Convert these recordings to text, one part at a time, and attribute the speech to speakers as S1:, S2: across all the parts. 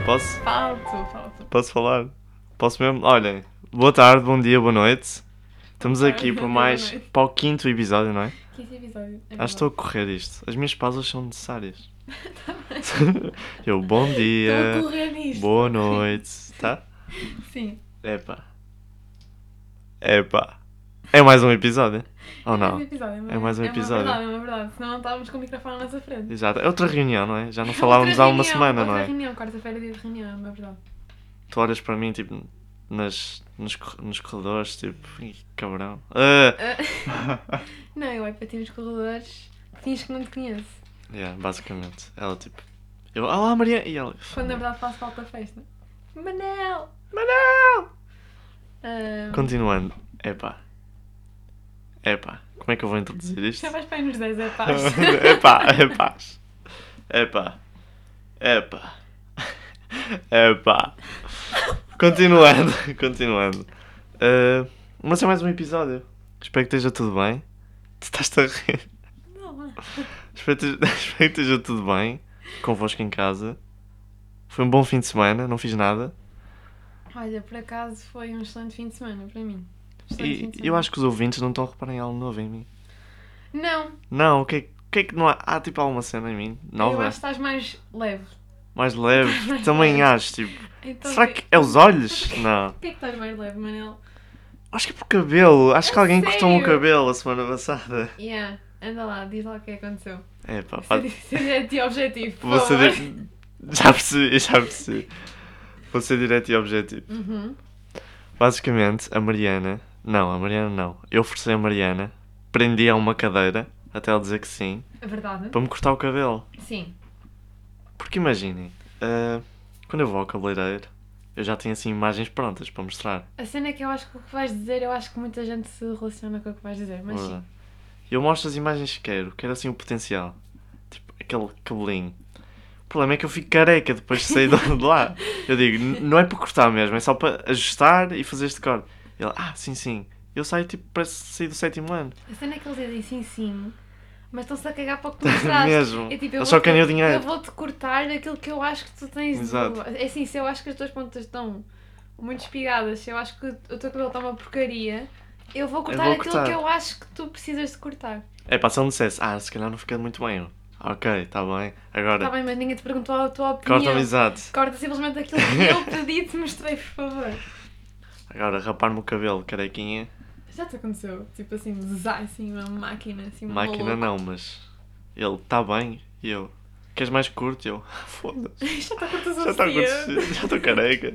S1: Fala tu, fala tu.
S2: Tá, Posso falar? Posso mesmo? Olhem, boa tarde, bom dia, boa noite. Estamos
S1: Boa
S2: aqui
S1: tarde,
S2: para
S1: boa
S2: mais.
S1: noite.
S2: para o quinto episódio, não é?
S1: Quinto episódio. É
S2: Acho que estou a
S1: verdade.
S2: correr isto. As minhas pausas são necessárias.
S1: Tá bem.
S2: Eu, bom
S1: Estou a
S2: dia,
S1: correr nisto.
S2: é boa noite, tá?
S1: Sim.
S2: Epá. Epá. É mais um episódio? Ou
S1: é mais um
S2: não?
S1: episódio,
S2: É mais um episódio.
S1: É uma verdade, é uma verdade. Senão não estávamos com o microfone à nossa frente.
S2: Exato. É outra reunião, não é? Já não
S1: Outra
S2: falávamos há uma
S1: reunião,
S2: semana, não
S1: outra
S2: é?
S1: reunião, quarta-feira é dia de reunião, é verdade.
S2: Tu olhas para mim, tipo, nas, nos, cor- nos corredores, tipo, "Ih, cabrão. Ah!
S1: Ah, não, eu olho para ti nos corredores, finges que não te conheço.
S2: Yeah, basicamente. Ela tipo. Eu, olá Maria! E ela.
S1: Quando na verdade faço falta a festa. Manel!
S2: Manel!
S1: Ah,
S2: Continuando. Epá. Epá. Como é que eu vou introduzir isto?
S1: Já vais para aí nos 10, é paz.
S2: Epá, epá. Epá. Epá. Epá. Continuando, continuando. Ah, mas é mais um episódio. Espero que esteja tudo bem. Tu estás-te a rir.
S1: Não, não.
S2: Espero que esteja- espero que esteja tudo bem convosco em casa. Foi um bom fim de semana, não fiz nada.
S1: Olha, por acaso foi um excelente fim de semana para mim. Excelente um fim
S2: E
S1: de
S2: eu
S1: semana.
S2: acho que os ouvintes não estão a reparar em algo novo em mim.
S1: Não,
S2: Não, o que é, o que, é que não há? Há tipo alguma cena em mim
S1: eu
S2: nova,
S1: acho que estás mais leve.
S2: mais leve.
S1: mais
S2: Também
S1: leve.
S2: acho, tipo,
S1: Então,
S2: será
S1: o
S2: que é os olhos? Não.
S1: Porquê que estás mais leve, Manel?
S2: Acho que é por cabelo. Acho que
S1: É
S2: alguém cortou o
S1: sério?
S2: cabelo a semana passada.
S1: Yeah, anda lá, diz lá o que aconteceu.
S2: É pá, pá.
S1: Isso é o teu objetivo. por
S2: Vou ser.
S1: favor.
S2: di- Já percebi, já percebi. Vou ser direto e objetivo.
S1: Uhum.
S2: Basicamente, a Mariana. Não, a Mariana não. Eu forcei a Mariana, prendi a uma cadeira, até ela dizer que sim,
S1: É verdade?
S2: para me cortar o cabelo.
S1: Sim.
S2: Porque imaginem, ah, quando eu vou ao cabeleireiro, eu já tenho assim imagens prontas para mostrar.
S1: A cena é que eu acho que o que vais dizer, eu acho que muita gente se relaciona com o que vais dizer, mas sim.
S2: Ora, Eu mostro as imagens que quero, quero assim o potencial. Tipo, aquele cabelinho. O problema é que eu fico careca depois de sair de de lá. Eu digo, "N- não é para cortar mesmo, é só para ajustar e fazer este corte. Ele, ah, sim, sim. Eu saio tipo, parece sair do sétimo ano.
S1: A cena é que eles dizem sim, sim, mas estão-se a cagar para o que tu mostraste.
S2: Mesmo.
S1: É tipo,
S2: Eles
S1: eu
S2: só
S1: vou-te-
S2: querem o dinheiro.
S1: Eu vou-te cortar daquilo que eu acho que tu tens. de-
S2: Exato.
S1: É assim, se eu acho que as tuas pontas estão muito espigadas, se eu acho que o teu cabelo está uma porcaria, eu vou cortar
S2: vou
S1: aquilo
S2: cortar.
S1: que eu acho que tu precisas de cortar.
S2: É pá, se ele me dissesse, ah, se calhar não fica muito bem. eu, Ok, está bem.
S1: Está
S2: Agora,
S1: Tá bem, mas ninguém te perguntou a tua opinião.
S2: corta-me exato.
S1: Corta simplesmente aquilo que eu pedi e te mostrei, por favor.
S2: Agora, rapar-me o cabelo, carequinha.
S1: Já te aconteceu? Tipo assim, zá, assim, uma máquina, assim, uma
S2: Máquina não, mas ele está bem e eu. Queres mais curto? E eu. "Ah, Foda-se.
S1: Já assim? está a acontecer
S2: Já está acontecido, já estou careca.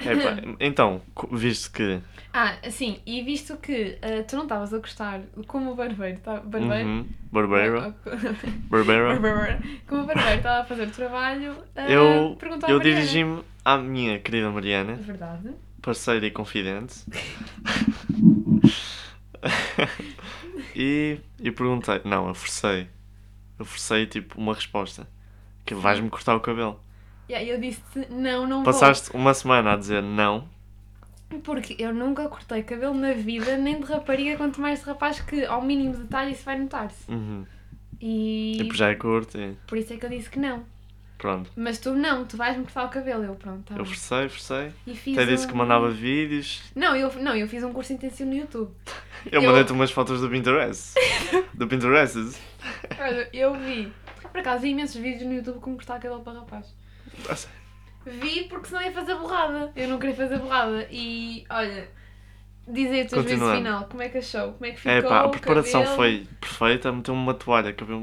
S2: Epá, então, co- visto que.
S1: Ah, assim, e visto que ah, tu não estavas a gostar, como o barbeiro, tá, barbeiro?
S2: Uhum, barbeiro.
S1: Barbeiro.
S2: Barbeiro.
S1: Como o barbeiro estava a fazer o trabalho, ah,
S2: Eu,
S1: perguntou à
S2: eu
S1: Mariana. É
S2: dirigi-me à minha querida Mariana,
S1: Verdade.
S2: parceira e confidente. e, e perguntei. Não, eu forcei. Eu forcei tipo uma resposta. Que vais-me cortar o cabelo.
S1: E aí eu disse não, não
S2: Passaste uma semana a dizer não.
S1: vou. Porque eu nunca cortei cabelo na vida, nem de rapariga, quanto mais de rapaz, que ao mínimo detalhe isso vai notar-se.
S2: Uhum.
S1: E
S2: Tipo, já é curto e
S1: por isso é que eu disse que não.
S2: pronto.
S1: Mas tu não, tu vais-me cortar o cabelo. Eu, pronto, tá
S2: Eu
S1: bem.
S2: forcei, forcei.
S1: E fiz
S2: Até disse que
S1: um-
S2: mandava vídeos.
S1: Não eu, não, eu fiz um curso intensivo no YouTube.
S2: Eu,
S1: Eu-
S2: mandei-te umas fotos do Pinterest. do Pinterest.
S1: Olha, eu vi. Por acaso vi imensos vídeos no YouTube como cortar cabelo para rapaz.
S2: Nossa,
S1: Vi porque senão ia fazer borrada. Eu não queria fazer borrada. E olha, dizer-te o juízo
S2: Continuando.
S1: final, como é que achou? Como é que ficou?
S2: É pá, a
S1: o
S2: preparação
S1: cabelo?
S2: foi perfeita. Meteu-me uma toalha, cabelo,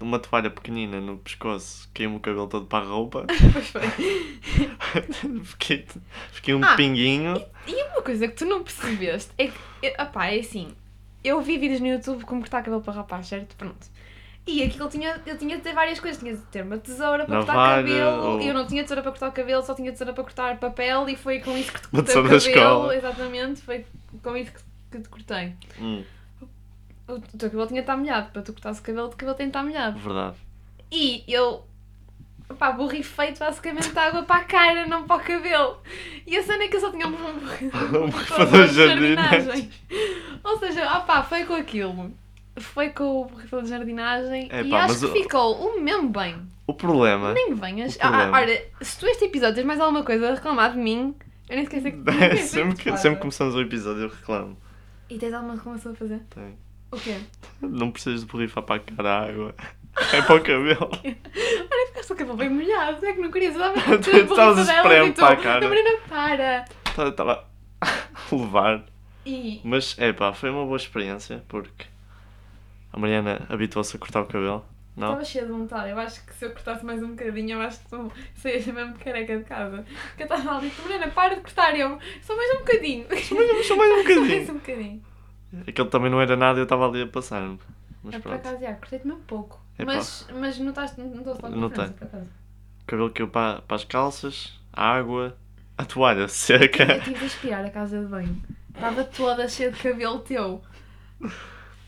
S2: um- uma toalha pequenina no pescoço. Caiu-me o cabelo todo para a roupa.
S1: Pois foi.
S2: fiquei, fiquei um
S1: Ah.
S2: pinguinho.
S1: E uma coisa que tu não percebeste é que, eh, opá, é assim, eu vi vídeos no YouTube como cortar cabelo para rapaz, certo? Pronto. E aquilo tinha, eu tinha de ter várias coisas, tinha de ter uma tesoura para cortar
S2: Navalha,
S1: cabelo,
S2: ou-
S1: eu não tinha tesoura para cortar o cabelo, só tinha tesoura para cortar papel e foi com isso que te
S2: Uma
S1: cortei o
S2: tesoura da
S1: cabelo.
S2: escola.
S1: Exatamente, foi com isso que, que te cortei.
S2: Hum,
S1: O teu cabelo tinha de estar molhado, para tu cortares o cabelo, o teu cabelo tem de estar molhado.
S2: verdade.
S1: E eu, pá, borrifei basicamente água para a cara, não para o cabelo. E a cena é que eu só tinha um borrifador
S2: borrifador de jardinagem.
S1: jardinagens. Ou seja, ah pá, foi com aquilo. foi com o rifle de jardinagem
S2: É
S1: e
S2: pá, mas
S1: acho que
S2: o-
S1: ficou o mesmo bem.
S2: O problema.
S1: Nem venhas.
S2: O
S1: Ah,
S2: problema-
S1: ah, olha, se tu este episódio tens mais alguma coisa a reclamar de mim, eu nem esqueci que. nem sei
S2: é sempre,
S1: que
S2: que, sempre
S1: te
S2: que
S1: falo.
S2: começamos o episódio eu reclamo.
S1: E tens alguma reclamação a fazer?
S2: Tem.
S1: O quê?
S2: Não precisas de borrifar para a cara a água. É para o cabelo.
S1: Olha, ficaste o cabelo bem molhado, é que não querias? Eu dava
S2: Tu estavas a espremer para a cara.
S1: Não, Marina, para!
S2: Estava a Tá, levar.
S1: E.
S2: Mas é pá, foi uma boa experiência porque a Mariana habituou-se a cortar o cabelo. Não?
S1: Estava cheia de vontade, eu acho que se eu cortasse mais um bocadinho, eu acho que tu saías mesmo careca de casa. Porque eu estava ali, Marina, para de cortar, e eu. Só mais um bocadinho. Só
S2: mais- só mais um bocadinho.
S1: mais um bocadinho.
S2: Aquele também não era nada e eu estava ali a passar-me. Mas
S1: É, por
S2: pronto,
S1: acaso, já, cortei-te mesmo pouco.
S2: Epá.
S1: Mas, mas não estás. Não estou a falar
S2: Não
S1: de diferença,
S2: tem.
S1: por acaso.
S2: o cabelo caiu para, para as calças, a água, a toalha seca.
S1: Eu tive de aspirar a casa de banho. Estava toda cheia de cabelo teu.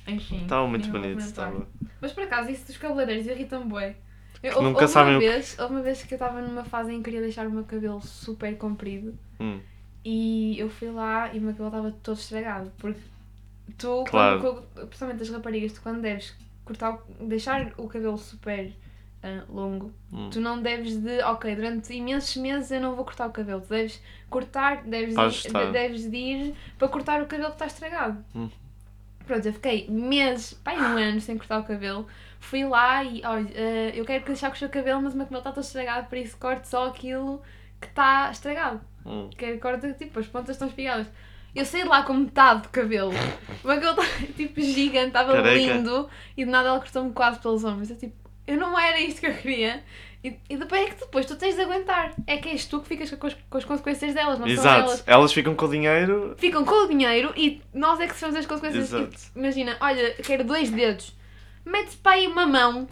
S1: Enfim.
S2: Estava muito
S1: nem vou
S2: bonito.
S1: comentar.
S2: Estava.
S1: Mas por acaso, isso dos cabeleireiros irrita-me bué. Eu,
S2: Porque
S1: houve-
S2: nunca
S1: houve
S2: sabem
S1: uma
S2: o que-
S1: vez, houve uma vez que eu estava numa fase em que queria deixar o meu cabelo super comprido
S2: Hum,
S1: e eu fui lá e o meu cabelo estava todo estragado. Porque tu,
S2: Claro.
S1: quando, quando- principalmente as raparigas, tu quando deves cortar, o- deixar o cabelo super ah, longo,
S2: hum.
S1: Tu não deves de, ok, durante imensos meses eu não vou cortar o cabelo. Tu deves cortar, deves,
S2: Para
S1: de,
S2: ajustar.
S1: de- deves de ir para cortar o cabelo que está estragado.
S2: Hum.
S1: Pronto, eu fiquei meses, pai, um ano sem cortar o cabelo. Fui lá e, olha, eh, eu quero deixar com o seu cabelo, mas o meu cabelo está todo estragado, por isso corte só aquilo que está estragado.
S2: hum.
S1: Que corta, tipo, as pontas estão espigadas. Eu saí de lá com metade do cabelo. O meu cabelo estava, tipo, gigante, estava
S2: Careca.
S1: lindo. E de nada ela cortou-me quase pelos ombros. Eu, tipo, eu não era isto que eu queria. E, e depois é que depois tu tens de aguentar. É que és tu que ficas com as, com as consequências delas, não são
S2: Exato.
S1: elas.
S2: Elas... ficam com o dinheiro.
S1: Ficam com o dinheiro e nós é que sofremos as consequências.
S2: Exato.
S1: E, imagina, olha, quero dois dedos. Mete para aí uma mão.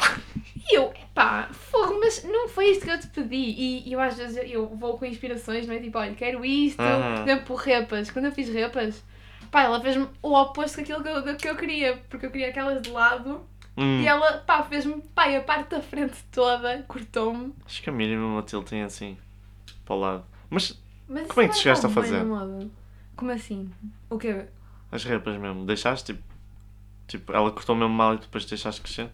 S1: E eu, epá, fogo, mas não foi isto que eu te pedi. E, e eu às vezes eu, eu vou com inspirações, não é? Tipo, olha, quero isto.
S2: Aham.
S1: Por exemplo, repas. Quando eu fiz repas, pá, ela fez-me o oposto daquilo que eu, que eu queria. Porque eu queria aquelas de lado.
S2: Hum.
S1: E é ela, pá, fez-me, pá, a parte da frente toda, cortou-me.
S2: Acho que a Miriam e o Matilde têm assim, para o lado. Mas
S1: Mas
S2: Como é que
S1: isso
S2: tu
S1: não
S2: chegaste a
S1: tão bem
S2: fazer?
S1: na moda. Como assim? O quê?
S2: as repas mesmo, deixaste tipo. Tipo, ela cortou mesmo mal e depois deixaste crescer.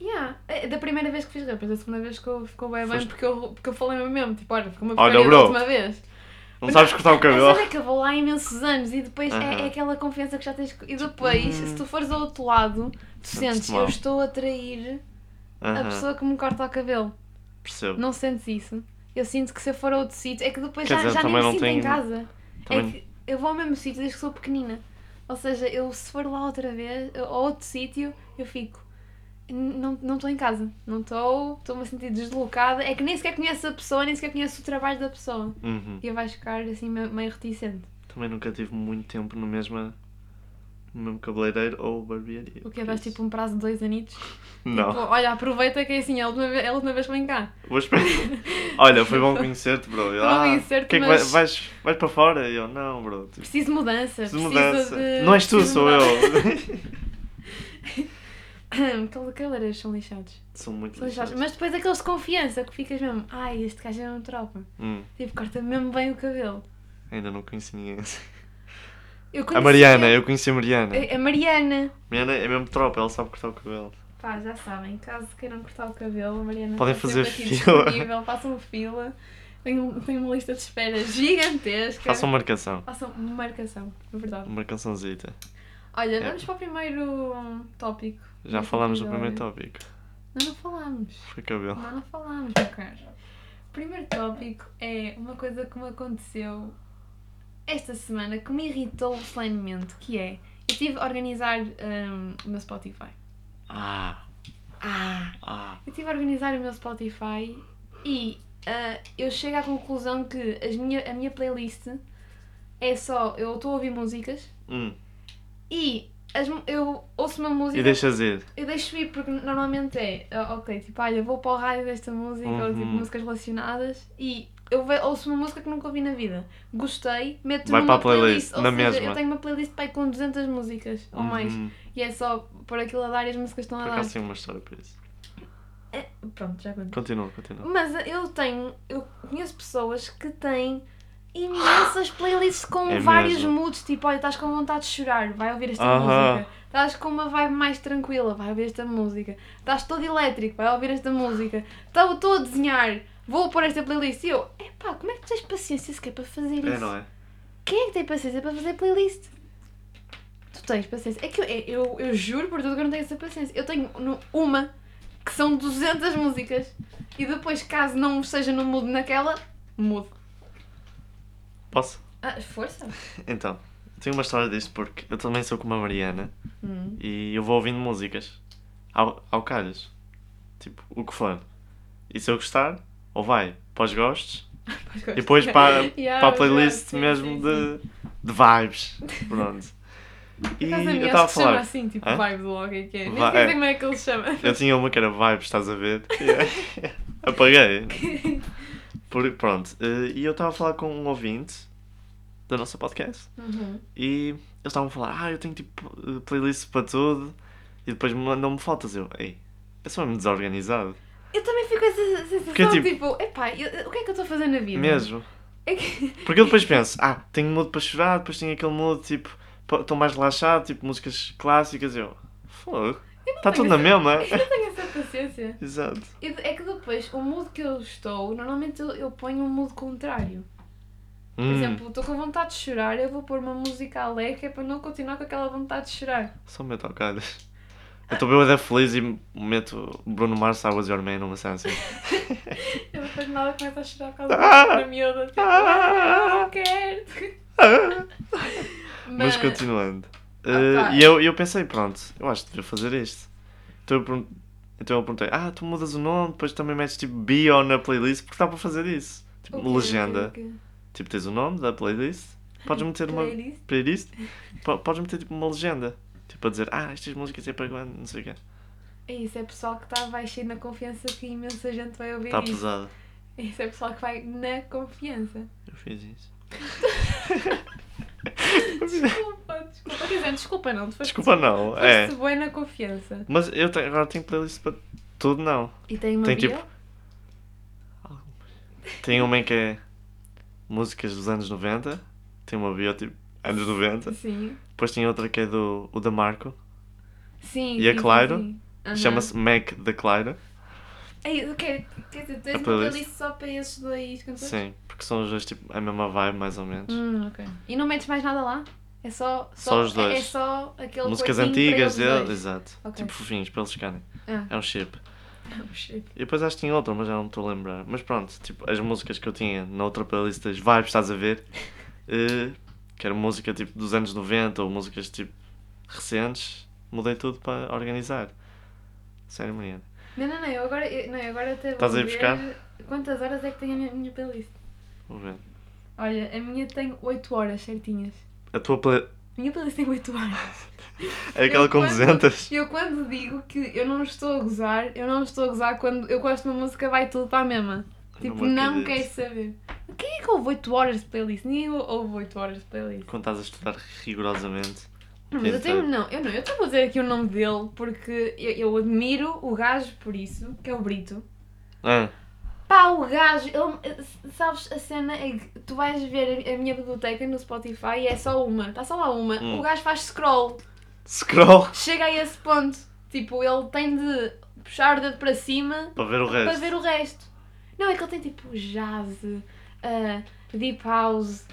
S1: Yeah. É Da primeira vez que fiz repas, da segunda vez ficou, ficou bem bem
S2: Foste-
S1: porque eu, porque eu falei mesmo, tipo, olha, ficou uma
S2: Olha,
S1: porcaria da
S2: bro.
S1: última vez.
S2: Não sabes cortar o
S1: A
S2: cabelo?
S1: cena é que eu vou lá há imensos anos e depois é- é,
S2: Aham.
S1: aquela confiança que já tens. que- E depois,
S2: hum.
S1: se tu fores ao outro lado, tu sentes,
S2: mal.
S1: eu estou a trair é a
S2: Aham,
S1: pessoa que me corta o cabelo.
S2: Percebo.
S1: Não sentes isso? Eu sinto que se eu for a outro sítio, é que depois
S2: Quer
S1: já,
S2: dizer,
S1: já nem
S2: também
S1: me
S2: não
S1: sinto em
S2: tenho-
S1: casa.
S2: Também-
S1: É que eu vou ao mesmo sítio desde que sou pequenina. Ou seja, eu se for lá outra vez, a outro sítio, eu fico. N- Não estou em casa. Não estou. Estou-me a sentir deslocada. É que nem sequer conheço a pessoa, nem sequer conheço o trabalho da pessoa.
S2: Uhum.
S1: E eu vais ficar assim me- meio reticente.
S2: Também nunca tive muito tempo no mesmo, no mesmo cabeleireiro ou barbearia.
S1: O que é?
S2: por
S1: Dás
S2: isso.
S1: tipo um prazo de dois anitos? Tipo,
S2: Não,
S1: olha, aproveita que é assim, é a última vez, é a última vez que vem cá.
S2: vou esperar. Olha, foi bom conhecer-te, bro.
S1: bom conhecer-te,
S2: o que é que
S1: mas-
S2: vai- vais, vais para fora? E eu, não, bro. Tipo,
S1: Preciso de mudança.
S2: preciso de
S1: Preciso
S2: mudança.
S1: de-
S2: Não és tu,
S1: preciso de
S2: sou eu.
S1: mudança. Aqueles cabeleireiros são lixados.
S2: São muito
S1: São lixados.
S2: lixados.
S1: Mas depois aqueles de confiança que ficas mesmo, ai, este gajo é um tropa.
S2: Hum,
S1: Tipo, corta mesmo bem o cabelo.
S2: ainda não conheci ninguém.
S1: Eu
S2: A
S1: conhecia- É.
S2: Mariana, eu conheci a Mariana.
S1: A- A Mariana.
S2: Mariana é mesmo tropa, ela sabe cortar o cabelo.
S1: Pá, já sabem, caso queiram cortar o cabelo, a Mariana
S2: Podem
S1: está
S2: fazer
S1: sempre aqui
S2: fila.
S1: disponível, façam fila. Tenho, tenho uma lista de espera gigantesca.
S2: Façam marcação.
S1: Façam marcação, é verdade.
S2: Uma marcaçãozita.
S1: Olha,
S2: É.
S1: vamos para o primeiro hum, tópico.
S2: Já
S1: deste
S2: falámos do
S1: episódio.
S2: primeiro tópico.
S1: Não, não falámos.
S2: Foi cabelo.
S1: Não, não falámos, meu caro. Primeiro tópico é uma coisa que me aconteceu esta semana que me irritou solenemente, que é... Eu estive a organizar hum, o meu Spotify.
S2: Ah,
S1: Ah!
S2: ah.
S1: Eu estive a organizar o meu Spotify e ah, eu chego à conclusão que as minha, a minha playlist é só... Eu estou a ouvir músicas
S2: Hum.
S1: e... as mu- eu ouço uma música...
S2: E deixas ir.
S1: Eu deixo ir porque normalmente é, ah, ok, tipo, olha, vou para o rádio desta música ou tipo
S2: Uhum.
S1: músicas relacionadas e eu ve- ouço uma música que nunca ouvi na vida. Gostei, meto
S2: Vai
S1: numa
S2: para a playlist,
S1: Ou
S2: na
S1: seja, eu
S2: mesma.
S1: tenho uma playlist pai, com 200 músicas ou mais
S2: Uhum.
S1: e é só pôr aquilo a dar e as músicas estão a
S2: Por
S1: dar. É,
S2: acaso tenho uma história para isso.
S1: Pronto, já conto.
S2: Continua, continua.
S1: Mas eu tenho, eu conheço pessoas que têm imensas playlists com
S2: É
S1: vários
S2: mesmo.
S1: moods, tipo, olha, estás com vontade de chorar, vai ouvir esta
S2: Aham.
S1: música. Estás com uma vibe mais tranquila, vai ouvir esta música. Estás todo elétrico, vai ouvir esta música. Estou estou a desenhar, vou pôr esta playlist. E eu, epá, como é que tu tens paciência sequer para fazer isso?
S2: É, não é?
S1: Quem é que tem paciência para fazer playlist? Tu tens paciência. É que eu, eu, eu juro por tudo que eu não tenho essa paciência. Eu tenho no- uma, que são 200 músicas, e depois, caso não esteja no mood naquela, mudo.
S2: Posso?
S1: Ah, força?
S2: Então, tenho uma história disto porque eu também sou como a Mariana
S1: Hum.
S2: e eu vou ouvindo músicas ao, ao calhas. Tipo, o que for. E se eu gostar, ou vai para os gostos e depois para, para
S1: Yeah,
S2: a
S1: yeah,
S2: playlist
S1: sim,
S2: mesmo
S1: sim,
S2: De, de vibes. Pronto. E
S1: Por acaso a
S2: eu
S1: minha,
S2: estava a
S1: acho que se chama
S2: falar.
S1: assim, tipo
S2: Hã?
S1: vibe logo, é que é. Nem
S2: Va-
S1: sei
S2: é.
S1: como é que ele se chama.
S2: Eu tinha uma que era vibes, estás a ver? Apaguei. Por- pronto. eh, E eu estava a falar com um ouvinte da nossa podcast.
S1: Uhum.
S2: E eles estavam a falar, ah, eu tenho tipo eh, playlist para tudo. E depois me mandam-me fotos. Eu, ei, eu sou mesmo desorganizado.
S1: Eu também fico com essa sensação,
S2: Porque é tipo-
S1: tipo, epá, eu- o que é que eu estou a fazer na vida?
S2: Mesmo.
S1: É que-
S2: Porque eu depois penso, ah, tenho mood para chorar, depois tenho aquele mood tipo, pa- estou mais relaxado, tipo músicas clássicas. Eu, fogo. Está
S1: tenho
S2: tudo na
S1: essa-
S2: mesma.
S1: Eu não tenho essa paciência.
S2: Exato.
S1: Eu- é que depois, o mood que eu estou, normalmente eu, eu ponho um mood contrário. Por
S2: Hum,
S1: exemplo, estou com vontade de chorar, eu vou pôr uma música alegre que é para não continuar com aquela vontade de chorar.
S2: Só meto ao calhas. Eu estou bem feliz e meto Bruno Mars, I Was Your Man, uma cena assim.
S1: Eu depois de nada começo a chorar por causa
S2: Ah!
S1: da miúda. Tipo, ah, não quero.
S2: Mas
S1: é
S2: continuando.
S1: Ah, pá.
S2: Eh, e eu, eu pensei, pronto, eu acho que devia fazer isto. Então eu, pergun- então eu perguntei, ah, tu mudas o nome, depois também metes tipo bio na playlist, porque dá para fazer isso. Tipo,
S1: O quê?
S2: legenda.
S1: O quê? O é quê?
S2: Tipo, tens o nome da playlist, podes meter uma
S1: Playlist?
S2: playlist, po- podes meter tipo uma legenda. Tipo, a dizer, ah, estas músicas é para quando, não sei o quê.
S1: É isso, é pessoal que está vai cheio na confiança que imensa gente vai ouvir
S2: Está
S1: isso.
S2: pesada.
S1: É isso, é pessoal que vai na confiança.
S2: Eu fiz isso.
S1: desculpa, desculpa. Quer dizer, desculpa não, tu foste,
S2: Desculpa, não.
S1: foste
S2: É.
S1: bué na confiança.
S2: Mas eu tenho- agora tenho playlist para tudo, não.
S1: E tem uma
S2: Tem
S1: bio?
S2: tipo- Tem uma em que é músicas dos anos 90. Tem uma bio tipo anos 90.
S1: Sim.
S2: Depois tem outra que é do o da Marco.
S1: Sim.
S2: E é
S1: sim,
S2: claro,
S1: sim, sim. Aham. Uhum.
S2: Chama-se Mac da Clara.
S1: Ei, eu quero, quer dizer, tens
S2: A
S1: uma
S2: playlist.
S1: playlist só para esses dois cantores?
S2: Sim, porque são os dois tipo a mesma vibe, mais ou menos.
S1: Hum, ok. E não metes mais nada lá? É só. Só,
S2: Só os
S1: é-
S2: dois.
S1: É, só aquele.
S2: Músicas
S1: quartinho
S2: antigas
S1: para eles
S2: dele,
S1: dois.
S2: exato.
S1: Ok.
S2: Tipo fofinhos, para eles ficarem.
S1: Ah,
S2: É um chip.
S1: oh, shit.
S2: E depois acho que tinha outra, mas já não me estou a lembrar. Mas pronto, tipo, as músicas que eu tinha na outra playlist das vibes, estás a ver? eh, que era música tipo dos anos 90 ou músicas tipo recentes, mudei tudo para organizar. Sério, menina.
S1: Não, não, não, eu agora, eu, não, eu agora até vou
S2: Estás a ir
S1: ver
S2: buscar?
S1: Quantas horas é que tem a minha, minha playlist?
S2: Vou ver.
S1: Olha, a minha tem 8 horas certinhas.
S2: A tua play...
S1: Minha playlist tem 8 horas.
S2: É aquela
S1: Eu
S2: com
S1: quando- tipo,
S2: 200?
S1: Eu quando digo que eu não estou a gozar, eu não estou a gozar quando eu gosto de uma música, vai tudo para a mesma. Tipo,
S2: me
S1: não,
S2: acredito.
S1: quero saber. Quem é que ouve 8 horas de playlist? Ninguém ouve 8 horas de playlist.
S2: Quando estás a estudar rigorosamente.
S1: Não, mas eu
S2: Então.
S1: tenho, não, eu não, eu estou a dizer aqui o nome dele porque eu, eu admiro o gajo por isso, que é o Brito.
S2: Ah,
S1: Pá, o gajo, ele, sabes, a cena é que tu vais ver a minha biblioteca no Spotify e é só uma, está só lá uma.
S2: Hum.
S1: O gajo faz scroll,
S2: scroll
S1: chega a esse ponto, tipo, ele tem de puxar o dedo para cima
S2: para ver o resto.
S1: para ver o resto. Não, é que ele tem tipo jazz, ah, deep house,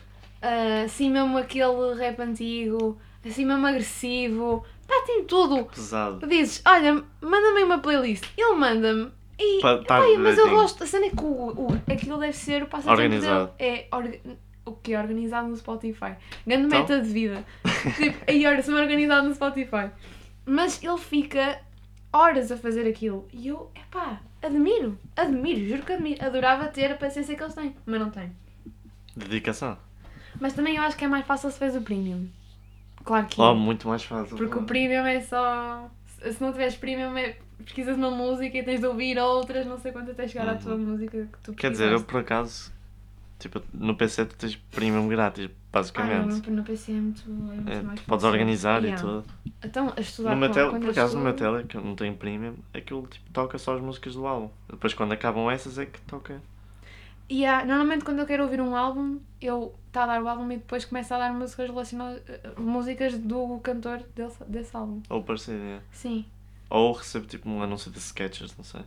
S1: ah, assim mesmo aquele rap antigo, assim mesmo agressivo, pá, tem tudo.
S2: Pesado.
S1: Tu dizes, olha, manda-me uma playlist. Ele manda-me. E,
S2: Pa- tá
S1: pá, mas eu
S2: direitinho.
S1: gosto, a cena é que o, o, aquilo deve ser o passatempo
S2: Organizado.
S1: dele. É orga- o que é organizado no Spotify. Grande
S2: Então?
S1: meta de vida. tipo, aí olha, se organizado no Spotify. Mas ele fica horas a fazer aquilo. E eu, epá, admiro, admiro, juro que admiro. Adorava ter a paciência que eles têm, mas não tenho.
S2: Dedicação.
S1: Mas também eu acho que é mais fácil se fez o premium. Claro que
S2: Oh, muito mais fácil.
S1: porque o premium é só. Se se não tiveres premium, é... pesquisas uma música e tens de ouvir outras, não sei quanto até chegar à tua música que tu
S2: Uhum. Quer dizer, eu por acaso, tipo, no PC tu tens premium grátis,
S1: Ah, não,
S2: basicamente.
S1: no, no PC é muito. É muito
S2: É,
S1: mais
S2: tu podes
S1: fácil.
S2: organizar e
S1: Yeah.
S2: tudo.
S1: Então, a estudar
S2: No meu
S1: com-
S2: tele,
S1: quando
S2: por
S1: eu
S2: acaso, no meu
S1: estudo-
S2: tele, que eu não tenho premium, aquilo tipo, toca só as músicas do álbum. Depois, quando acabam essas, é que toca.
S1: E há- normalmente quando eu quero ouvir um álbum, eu está a dar o álbum e depois começa a dar músicas relacionadas, eh, músicas do cantor desse, desse álbum.
S2: Ou parceria.
S1: Sim.
S2: é. Ou recebo tipo um anúncio de Sketchers, não sei.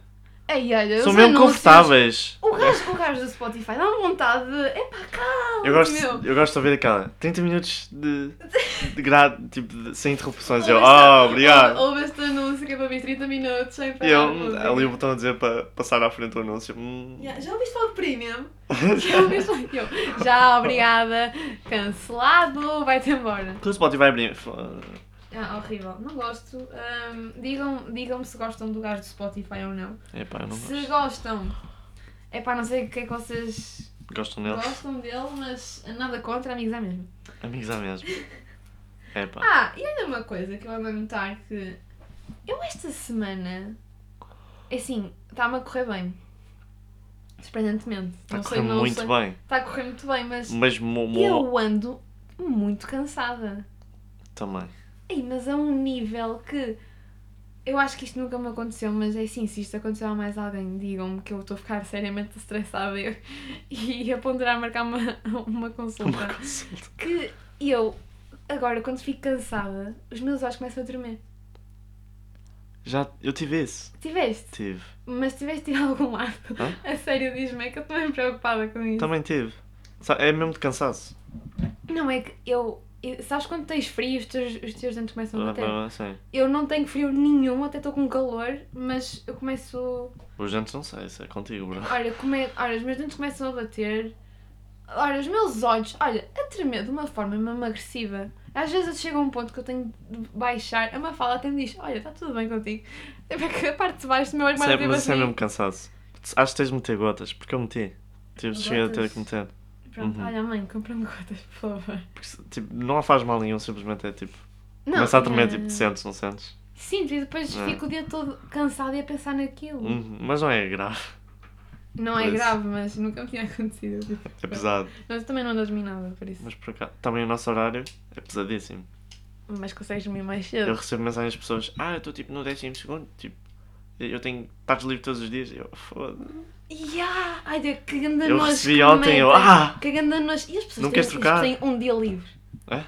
S1: Ei, olha,
S2: São
S1: os
S2: mesmo
S1: anúncios-
S2: confortáveis.
S1: O gajo, o gajo do Spotify dá-me vontade de. Epá, calma!
S2: Eu gosto,
S1: Ah, Meu.
S2: eu gosto de ouvir aquela 30 minutos de, de gra- tipo, de- sem interrupções. Eu,
S1: Ouve
S2: ah,
S1: esta-
S2: obrigado.
S1: Ouve, ouve este anúncio que é para vir 30 minutos sem parar.
S2: E eu,
S1: a música.
S2: ali um- o botão a dizer para passar à frente o anúncio. hum.
S1: Yeah, Já ouviste falar de premium? Já ouviste falar de eu? Já, obrigada. Cancelado, vai-te embora.
S2: Que o Spotify é abrir.
S1: Ah, horrível. Não gosto. Ahm, digam, digam-me se gostam do gajo do Spotify ou não.
S2: eh, Epá, eu não
S1: se
S2: gosto.
S1: gostam. É pá, não sei o que é que vocês
S2: Gostam dele?
S1: gostam dele, mas nada contra, amigos é mesmo.
S2: Amigos à mesmo. Epá.
S1: Ah, e ainda uma coisa que eu ando a notar que eu esta semana assim, está-me a correr bem. Surpreendentemente.
S2: Está tá a
S1: Não
S2: correr
S1: sei, não
S2: muito
S1: sei.
S2: bem.
S1: Está a correr muito bem, mas
S2: Mas mo, mo-
S1: eu ando muito cansada.
S2: também.
S1: Ei, mas a um nível que eu acho que isto nunca me aconteceu, mas é assim, se isto aconteceu a mais alguém, digam-me que eu estou a ficar seriamente estressada e, e a ponderar marcar uma, uma consulta.
S2: Uma consulta.
S1: Que eu, agora, quando fico cansada, os meus olhos começam a tremer.
S2: Já, eu tive isso.
S1: Tiveste?
S2: Tive.
S1: Mas tiveste de algum lado.
S2: Hã?
S1: A sério, diz-me, é que eu estou bem preocupada com isso.
S2: Também tive. Sa- É mesmo de cansaço.
S1: Não, é que eu. eu- Sabes quando tens frio, os teus, os teus dentes começam a
S2: Ah,
S1: bater?
S2: ah, sim.
S1: Eu não tenho frio nenhum, até estou com calor, mas eu começo.
S2: Os dentes não sei, isso é contigo, bro.
S1: Olha, come... olha, os meus dentes começam a bater. Olha, os meus olhos, olha, a tremer de uma forma mesmo agressiva. Às vezes eu chego a um ponto que eu tenho de baixar. A Mafalda até me diz: Olha, está tudo bem contigo. É porque a parte de baixo do meu olho
S2: Isso é,
S1: mais
S2: mas isso é
S1: assim.
S2: mesmo cansaço. Acho que tens de meter gotas, porque eu meti. Tive, cheguei a ter
S1: Gotas?
S2: que meter.
S1: Pronto,
S2: Uhum.
S1: olha, mãe, compra-me gotas, por favor.
S2: Porque, se- tipo, não a faz mal nenhum, simplesmente é tipo.
S1: Não,
S2: começa a tremer,
S1: eh,
S2: tipo, sentes, não sentes?
S1: Sinto, e depois
S2: Ah.
S1: fico o dia todo cansada e a pensar naquilo.
S2: Uhum, Mas não é grave,
S1: Não é
S2: Pois.
S1: grave, mas nunca me tinha acontecido. tipo,
S2: é pesado.
S1: Mas também não andas minada por isso.
S2: Mas por acaso, também o nosso horário é pesadíssimo.
S1: Mas, consegues dormir mais
S2: Eu
S1: cedo.
S2: recebo mensagens de pessoas, ah, eu estou tipo no décimo segundo, tipo, eu tenho. estás livre todos os dias? Eu, foda
S1: Ya! Olha, que ganda
S2: Eu
S1: nojo
S2: recebi
S1: que
S2: ontem, eu,
S1: metem.
S2: ah!
S1: Que ganda nojo. E as pessoas
S2: Não
S1: têm,
S2: queres trocar?
S1: as pessoas têm um dia livre.
S2: É?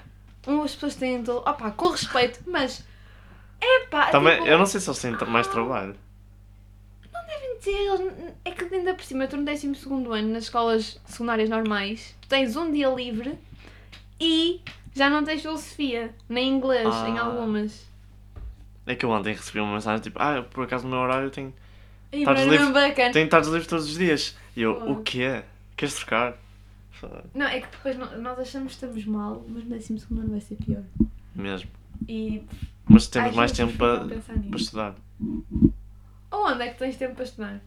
S1: Um, as pessoas têm todo. Opá, com respeito, mas. Epá,
S2: Também,
S1: tipo,
S2: eu não sei se eles têm tra- mais trabalho.
S1: não devem ter. eles- É que ainda por cima, eu estou no 12 ano, nas escolas secundárias normais, tu tens um dia livre e já não tens filosofia, nem inglês,
S2: Ah.
S1: em algumas.
S2: É que eu ontem recebi uma mensagem tipo, ah, eu, por acaso no meu horário eu tenho.
S1: E
S2: Estás
S1: mas não é
S2: livre?
S1: bacana.
S2: Tenho tardes livres todos os dias. E eu,
S1: Foda.
S2: o quê? Queres trocar? Foda.
S1: Não, é que depois no- nós achamos que estamos mal, mas no 12 ano vai ser pior.
S2: Mesmo.
S1: E
S2: Mas temos
S1: às
S2: mais
S1: vezes
S2: tempo
S1: eu fico assim. a
S2: para,
S1: pensar nisso.
S2: para estudar.
S1: Onde é que tens tempo para estudar?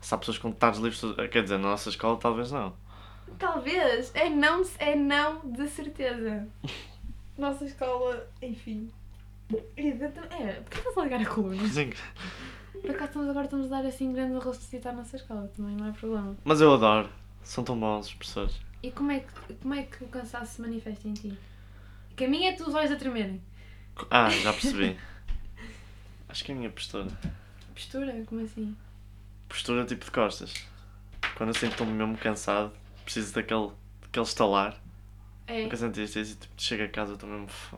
S2: Se há pessoas com tardes livres, todos- eh, quer dizer, na nossa escola talvez não.
S1: Talvez. É não, é não de certeza. Nossa escola, enfim. É, porquê estás a ligar a coluna?
S2: Dizem que-
S1: Por acaso estamos, agora estamos a dar assim grande ressuscitar a nossa escola, também não é problema.
S2: Mas eu adoro. São tão bons os professores.
S1: E como é que, como é que o cansaço se manifesta em ti? Que a mim é tu os olhos a tremerem.
S2: Ah, já percebi. Acho que é a minha postura.
S1: Postura? Como assim?
S2: Postura tipo de costas. Quando eu sinto que estou mesmo cansado, preciso daquele, daquele estalar.
S1: É.
S2: Nunca sentiste isso e tipo, chego a casa, estou mesmo. f-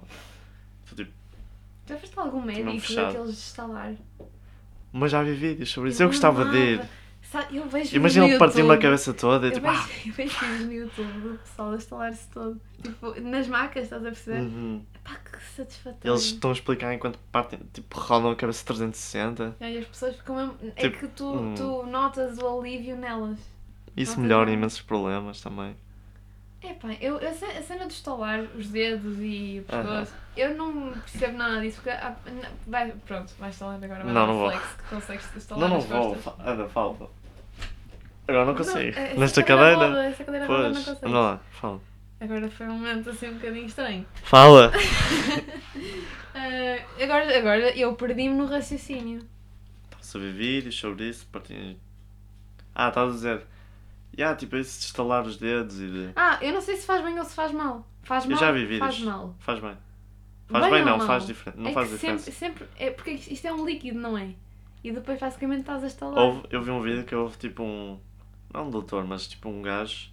S2: Estou tipo.
S1: Já foste a algum
S2: mesmo
S1: médico
S2: um fechado.
S1: daqueles de estalar?
S2: Mas já vi vídeos sobre isso.
S1: Eu
S2: Eu gostava de ir.
S1: amava. Sabe, Eu vejo
S2: Imagina
S1: no
S2: ele partindo
S1: YouTube.
S2: a cabeça toda e
S1: Eu
S2: tipo.
S1: vejo,
S2: Ah,
S1: eu vejo vídeos no YouTube do pessoal a estalar-se todo. Tipo, nas macas, estás a perceber?
S2: uhum.
S1: Pá, que satisfatório.
S2: Eles estão a explicar enquanto partem, tipo, rodam a cabeça 360.
S1: E aí as pessoas ficam mesmo. é
S2: Tipo,
S1: que tu,
S2: hum.
S1: tu notas o alívio nelas.
S2: Isso
S1: Nossa,
S2: melhora
S1: não.
S2: imensos problemas também.
S1: É pá, eu, a ce- a cena de estalar os dedos e o pescoço, eu não percebo nada disso porque. há- na- vai, pronto, vais estalar agora. Vai
S2: Não,
S1: dar
S2: não vou.
S1: reflexo que consegues
S2: não,
S1: estalar
S2: não
S1: as
S2: vou.
S1: costas.
S2: Fa- Anda, falta. Agora não consigo.
S1: é- essa
S2: Nesta
S1: cadeira
S2: cadeira.
S1: roda, essa cadeira roda não
S2: Pois,
S1: consegues.
S2: anda lá, fala.
S1: Agora foi um momento assim um bocadinho estranho.
S2: Fala!
S1: Ah, agora, agora eu perdi-me no raciocínio.
S2: Sobre vídeos, sobre isso, partilhas. Ah, estás a dizer. Yeah, tipo, isso de estalar os dedos e de.
S1: Ah, eu não sei se faz bem ou se faz mal. Faz
S2: Eu
S1: mal.
S2: já vi vídeos.
S1: Faz mal.
S2: Faz bem. Faz
S1: Bem
S2: bem,
S1: ou
S2: não,
S1: mal?
S2: faz diferente. Não
S1: é
S2: faz
S1: que
S2: diferença.
S1: sempre, sempre. É porque isto é um líquido, não é? E depois basicamente estás a estalar.
S2: Houve- eu vi um vídeo que houve tipo um. Não um doutor, mas tipo um gajo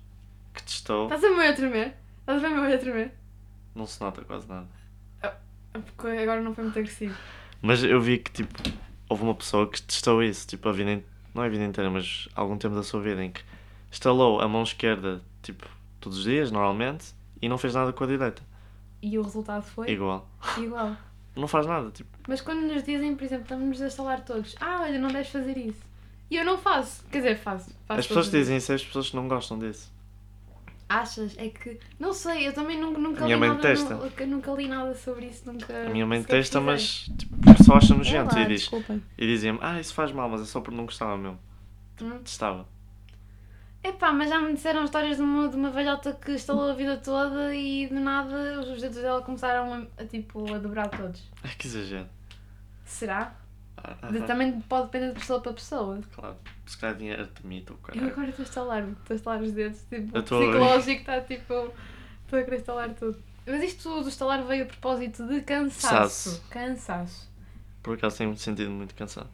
S2: que testou.
S1: Estás a meio a tremer? Estás a ver meio a tremer?
S2: Não se nota quase nada.
S1: Porque agora não foi muito agressivo.
S2: Mas eu vi que, tipo, houve uma pessoa que testou isso, tipo, a vida, in- não é a vida inteira, mas algum tempo da sua vida, em que estalou a mão esquerda, tipo, todos os dias, normalmente, e não fez nada com a direita.
S1: E o resultado foi
S2: Igual.
S1: igual.
S2: Não faz nada, tipo,
S1: Mas quando nos dizem, por exemplo, estamos-nos a instalar todos, ah, olha, não deves fazer isso. E eu não faço. Quer dizer, faço. faço
S2: as pessoas
S1: todos os dias.
S2: dizem isso, as pessoas não gostam disso.
S1: Achas? É que. Não sei, eu também nunca, nunca,
S2: A minha
S1: li,
S2: mãe
S1: nada,
S2: detesta.
S1: nunca, nunca li nada sobre isso. Nunca,
S2: A minha mãe
S1: sequer
S2: testa,
S1: pesquisei.
S2: mas, tipo, só acha nojento
S1: Olá,
S2: e diz.
S1: Desculpem.
S2: E dizia-me, ah, isso faz mal, mas é só porque não gostava mesmo.
S1: Hum.
S2: Testava.
S1: Epá, mas já me disseram histórias de uma, de uma velhota que instalou a vida toda e do nada os dedos dela começaram a, a, tipo, a dobrar todos.
S2: Ai, que exagero.
S1: Será?
S2: Ah, ah,
S1: De-
S2: ah,
S1: também pode depender de pessoa para pessoa.
S2: Claro, se calhar tinha artemita ou
S1: Eu
S2: caralho.
S1: agora estou a estalar-me, estou a estalar os dedos, tipo,
S2: Eu
S1: o
S2: estou a ver.
S1: psicológico está tipo, estou a querer estalar tudo. Mas isto do estalar veio a propósito de cansaço. Cansaço.
S2: Por acaso tenho me sentido muito cansado.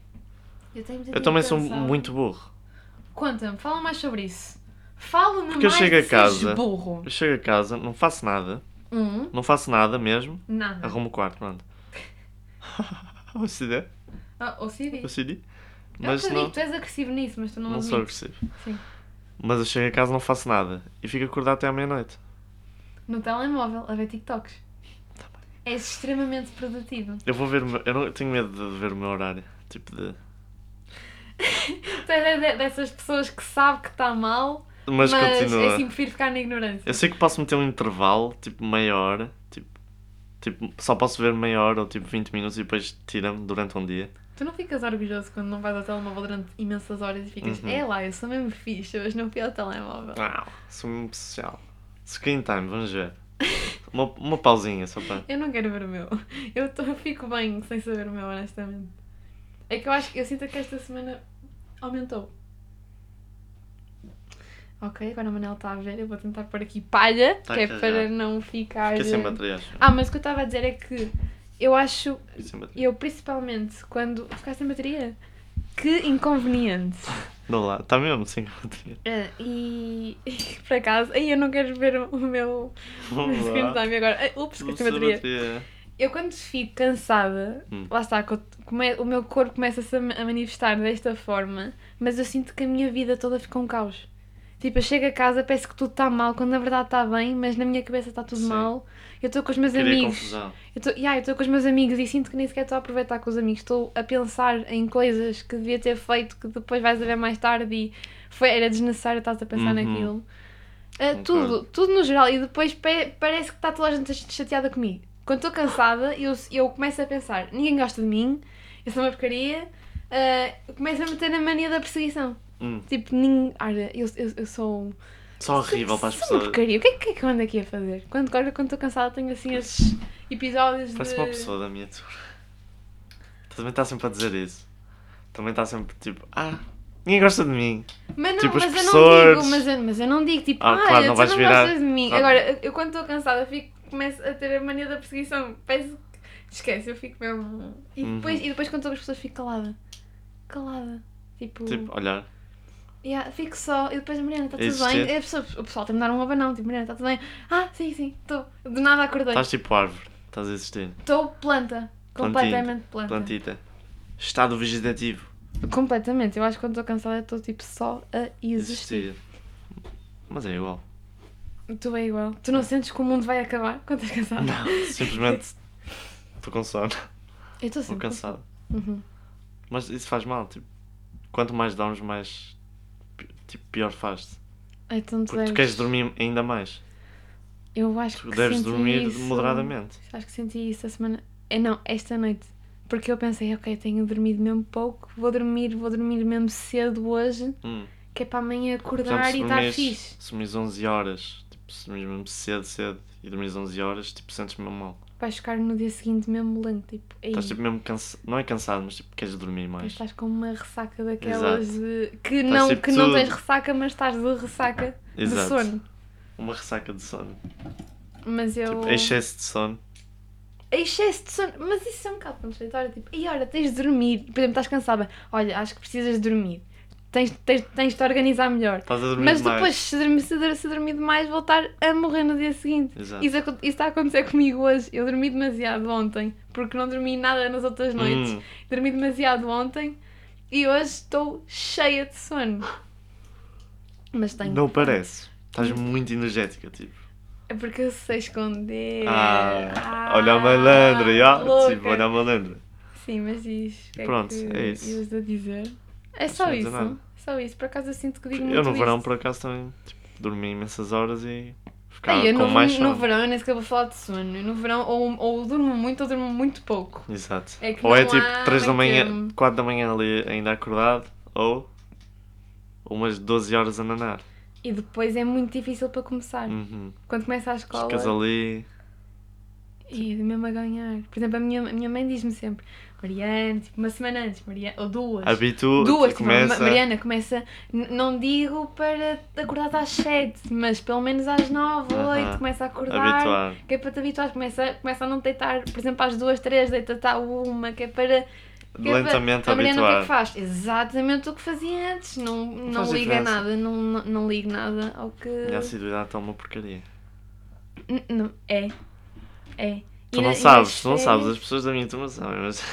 S1: Eu, tenho
S2: Eu também sou muito burro.
S1: Conta-me, fala mais sobre isso. Fala-me mais
S2: Porque eu chego
S1: de
S2: a
S1: seres
S2: casa.
S1: burro.
S2: Eu chego a casa, não faço nada,
S1: Um,
S2: não faço nada mesmo,
S1: nada.
S2: arrumo o quarto, pronto. OCD,
S1: Ah, ou CD.
S2: OCD.
S1: Eu
S2: Mas
S1: acredito,
S2: não,
S1: tu és agressivo nisso, mas tu não,
S2: não
S1: admites.
S2: sou agressivo.
S1: Sim.
S2: Mas eu chego a casa, não faço nada e fico acordado até à meia-noite.
S1: No telemóvel, a ver TikToks.
S2: Tá
S1: És extremamente produtivo.
S2: Eu vou ver, o meu- eu não eu tenho medo de ver o meu horário. Tipo de.
S1: Tu és de- dessas pessoas que sabe que está mal,
S2: Mas,
S1: mas,
S2: continua.
S1: é assim, prefiro ficar na ignorância.
S2: Eu sei que posso meter um intervalo, tipo meia hora, tipo, tipo só posso ver meia hora ou tipo 20 minutos e depois tira-me durante um dia.
S1: Tu não ficas orgulhoso quando não vais ao telemóvel durante imensas horas e ficas,
S2: Uhum.
S1: é lá, eu sou mesmo fixe, hoje não fui ao telemóvel.
S2: Uau, sou muito social. Screen time, vamos ver. Uma, uma pausinha só para.
S1: Eu não quero ver o meu. Eu, tô- eu fico bem sem saber o meu, honestamente. É que eu acho que eu sinto que esta semana aumentou. Ok, agora o Manel está a ver, eu vou tentar pôr aqui palha,
S2: Tá
S1: que é
S2: cá já.
S1: para não ficar.
S2: Fiquei sem bateria, acho.
S1: Ah, mas o que eu estava a dizer é que eu acho,
S2: Fiquei sem bateria.
S1: eu principalmente quando. Ficaste sem bateria? Que inconveniente!
S2: Não lá, está mesmo sem bateria.
S1: Ah, e, e por acaso, ai, eu não quero ver o o meu o meu screen time agora. Ai, Ups,
S2: Não
S1: esqueci a
S2: sei
S1: bateria.
S2: bateria.
S1: Eu quando fico cansada,
S2: Hum.
S1: lá está, co- come- o meu corpo começa-se a ma- a manifestar desta forma, mas eu sinto que a minha vida toda fica um caos. Tipo, eu chego a casa, parece que tudo está mal, quando na verdade está bem, mas na minha cabeça está tudo
S2: Sim.
S1: mal. Eu estou com os meus
S2: Queria
S1: amigos.
S2: confusão.
S1: Eu estou yeah, eu estou com os meus amigos e sinto que nem sequer estou a aproveitar com os amigos. Estou a pensar em coisas que devia ter feito, que depois vais a ver mais tarde e foi, era desnecessário estás a
S2: Uhum.
S1: pensar naquilo. Ah,
S2: Concordo.
S1: tudo, tudo no geral. E depois pa- parece que está toda a gente chateada comigo. Quando estou cansada, eu, eu começo a pensar: ninguém gosta de mim, eu sou uma porcaria. Ah, eu começo a meter na mania da perseguição.
S2: Hum,
S1: Tipo, ninguém. Olha, eu, eu, eu sou. um
S2: só horrível para as
S1: sou uma
S2: pessoas.
S1: porcaria. O que é que, é que eu ando aqui a fazer? Quando agora, quando estou cansada, tenho assim esses episódios
S2: Parece
S1: de.
S2: uma pessoa da minha turma. Também está sempre a dizer isso. Também está sempre tipo, ah, ninguém gosta de mim.
S1: Mas não,
S2: Tipo, os
S1: mas eu não
S2: professores.
S1: digo, mas eu, mas eu não digo, tipo,
S2: Ah,
S1: ah,
S2: claro, não
S1: tu
S2: vais
S1: não
S2: virar- Ah.
S1: gostas de mim.
S2: Claro.
S1: Agora, eu, eu quando estou cansada, fico, começo a ter a mania da perseguição. Peço, esquece, eu fico mesmo. E
S2: Uhum.
S1: depois, e depois quando estou com as pessoas, fico calada. Calada. Tipo,
S2: Tipo, olhar.
S1: yeah, fico só. E depois, Mariana, está tudo
S2: Existir.
S1: bem? E a pessoa- o pessoal tem-me dar um abanão, tipo, Mariana, está tudo bem? Ah, sim, sim, estou. De nada acordei.
S2: Estás tipo árvore, estás a existir.
S1: Estou planta.
S2: Plantinha.
S1: Completamente planta.
S2: Plantita. Estado vegetativo.
S1: Completamente. Eu acho que quando estou cansada, estou tipo só a existir.
S2: Existir. Mas é igual.
S1: Tu é igual. Tu não sentes que o mundo vai acabar quando estás cansada?
S2: Não, simplesmente estou com sono,
S1: Eu estou
S2: estou
S1: sempre
S2: cansado.
S1: Uhum.
S2: Mas isso faz mal, tipo, quanto mais dormes, mais pi- tipo, pior faz-te.
S1: Então tu
S2: Porque tu
S1: deves-
S2: queres dormir ainda mais.
S1: Eu acho
S2: Tu
S1: que
S2: deves
S1: senti
S2: dormir
S1: isso-
S2: moderadamente.
S1: Acho que senti isso a semana. É não, esta noite. Porque eu pensei, ok, tenho dormido mesmo pouco, vou dormir, vou dormir mesmo cedo hoje,
S2: Hum.
S1: que é para amanhã
S2: Por exemplo,
S1: acordar e estar fixe.
S2: se dormires 11 horas, tipo, se dormires mesmo cedo, cedo, e dormires 11 horas, tipo, sentes mesmo mal.
S1: Vais ficar no dia seguinte mesmo lento, tipo, ei,
S2: Estás tipo mesmo cansado, não é cansado, mas tipo, queres dormir
S1: depois
S2: mais.
S1: estás com uma ressaca daquelas de- que,
S2: Estás
S1: não,
S2: tipo
S1: que não
S2: tudo.
S1: tens ressaca, mas estás de ressaca de
S2: Exato.
S1: sono.
S2: Uma ressaca de sono.
S1: Mas eu.
S2: Tipo, excesso de sono.
S1: excesso de sono, mas isso é um bocado contraditório, tipo, e olha, tens de dormir, por exemplo, estás cansada, olha, acho que precisas de dormir. Tens, tens, tens de te organizar melhor.
S2: Estás a dormir
S1: Mas
S2: demais.
S1: depois, se dormir, se, dormir, se dormir demais, voltar a morrer no dia seguinte.
S2: Exato.
S1: Isso, acon- isso está a acontecer comigo hoje. Eu dormi demasiado ontem, porque não dormi nada nas outras noites.
S2: Hum.
S1: Dormi demasiado ontem e hoje estou cheia de sono. Mas tenho.
S2: Não parece. Estás muito energética, tipo.
S1: É porque eu sei esconder.
S2: Ah, olha a malandra, já.
S1: É. louca.
S2: Tipo, olha a malandra.
S1: Sim, mas diz. o que
S2: Pronto,
S1: que
S2: é isso.
S1: ias a dizer. É
S2: Acho
S1: só
S2: que não ia
S1: isso.
S2: dizer nada.
S1: Só isso. Por acaso eu sinto que digo muito
S2: Eu no verão,
S1: isto.
S2: por acaso, também tipo, dormi imensas horas e ficava
S1: Ei, eu
S2: com
S1: no,
S2: mais sono.
S1: no verão eu nem sequer vou falar de sono. Eu No verão ou, ou durmo muito ou durmo muito pouco.
S2: Exato.
S1: É que
S2: ou é
S1: não
S2: tipo
S1: há
S2: 3 da
S1: meio
S2: manhã,
S1: termo.
S2: 4 da manhã ali ainda acordado, ou umas 12 horas a nanar.
S1: E depois é muito difícil para começar.
S2: Uhum.
S1: Quando começa a escola.
S2: Ficas ali.
S1: E mesmo a ganhar. Por exemplo, a minha, a minha mãe diz-me sempre: Mariana, tipo, uma semana antes, Mariana, ou duas.
S2: Habitu,
S1: Duas,
S2: e
S1: tipo, a Ma-
S2: começa.
S1: Mariana começa, n- não digo para acordar às 7, mas pelo menos às 9,
S2: Aham.
S1: 8, começa a acordar.
S2: habituar.
S1: Que é para te habituar, começa, começa a não deitar, por exemplo, às 2, 3, deita-te à 1, que é para. que é para-
S2: Lentamente
S1: a Mariana o que é
S2: habituar.
S1: que faz? Exatamente o que fazia antes, não, não
S2: faz
S1: liga
S2: diferença.
S1: nada, não, não, não ligo nada ao que.
S2: Minha assiduidade está uma porcaria.
S1: N- não, é. É.
S2: Tu
S1: E
S2: não
S1: na- e nas
S2: sabes, tu não sabes,
S1: férias-
S2: as pessoas da minha turma sabem, mas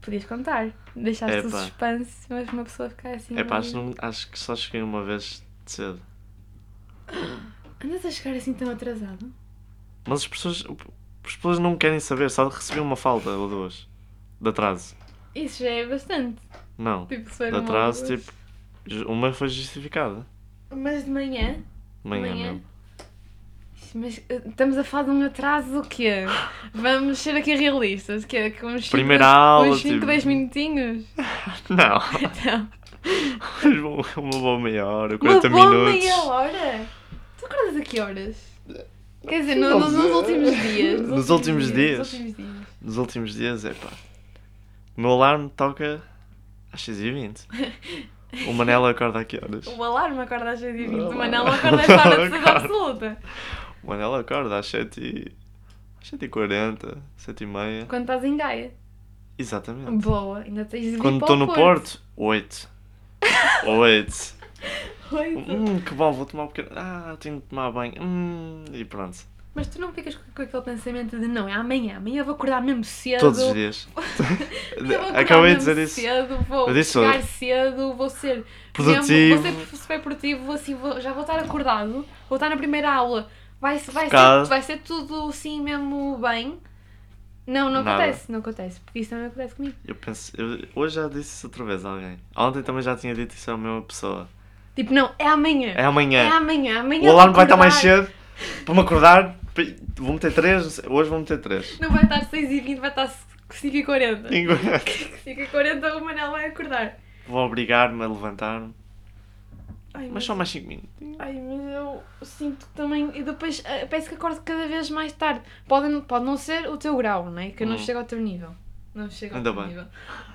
S1: Podias contar. Deixaste o
S2: Epá.
S1: suspense, mas uma pessoa ficar assim.
S2: é pá,
S1: olha,
S2: acho, não- acho que só cheguei uma vez de cedo.
S1: Andas a chegar assim tão atrasado?
S2: Mas as pessoas, as pessoas não querem saber, só recebi uma falta ou duas de atraso.
S1: Isso já é bastante.
S2: Não, de
S1: Tipo, se for uma
S2: atraso,
S1: ou duas.
S2: tipo, ju- uma foi justificada.
S1: Mas de manhã?
S2: de Manhã
S1: Manhã?
S2: mesmo.
S1: Mas eh, estamos a falar de um atraso o quê? Vamos ser aqui realistas, que é que uns cinco-
S2: Primeira aula,
S1: uns 5,
S2: tipo.
S1: 10 minutinhos?
S2: Não,
S1: Então,
S2: uma boa é meia hora,
S1: uma
S2: 40
S1: boa
S2: minutos.
S1: é meia hora? Tu acordas a que horas? Quer dizer,
S2: Não
S1: no- no-
S2: sei.
S1: nos últimos dias.
S2: Nos últimos
S1: Nos
S2: dias.
S1: últimos dias.
S2: Nos últimos dias, é pá. O meu alarme toca às 6h20. O Manel acorda a que horas?
S1: O alarme acorda às 6h20,
S2: O
S1: o Manel
S2: alarme.
S1: acorda às hora de
S2: Acorda.
S1: certeza absoluta.
S2: O Manel acorda às 7h. Às 7h40, 7h30.
S1: Quando estás em Gaia.
S2: Exatamente.
S1: Boa, ainda tens de vir
S2: Quando
S1: para
S2: estou
S1: o
S2: no Porto, 8. 8.
S1: Oito.
S2: Hum, que bom, vou tomar um pequeno. Ah, tenho de tomar banho. Hum, e pronto.
S1: Mas tu não ficas com, com aquele pensamento de não, é amanhã, amanhã eu vou acordar mesmo cedo.
S2: Todos os dias.
S1: Eu vou acordar
S2: Acabei de
S1: mesmo
S2: dizer isso.
S1: Cedo, vou
S2: Eu disse
S1: chegar
S2: hoje.
S1: cedo, vou ser
S2: Produtivo.
S1: mesmo- vou ser super produtivo, vou assim, vou- já vou estar acordado, vou estar na primeira aula, vai, se- vai, ser,
S2: Focado.
S1: vai ser tudo assim mesmo bem. Não, não
S2: Nada.
S1: acontece, não acontece, porque isso também acontece comigo.
S2: Eu penso. eu- hoje já disse isso outra vez a alguém. Ontem também já tinha dito isso à mesma pessoa.
S1: Tipo, não, é amanhã.
S2: É amanhã.
S1: É amanhã, amanhã.
S2: O
S1: eu
S2: alarme
S1: vou
S2: vai estar mais
S1: acordar.
S2: cedo para me acordar. para- Vou meter 3, hoje vou meter 3.
S1: Não vai estar 6h20, vai estar 5h40. 5h40 o Manel vai acordar.
S2: Vou obrigar-me a levantar-me.
S1: Ai,
S2: Mas só mais 5 minutos.
S1: Ai, mas eu sinto que também. E depois eh, parece que acordo cada vez mais tarde. Pode, pode não ser o teu grau, não é? Que eu não
S2: Hum.
S1: chego ao teu nível. Não chego ao
S2: Ainda
S1: teu
S2: bem.
S1: nível.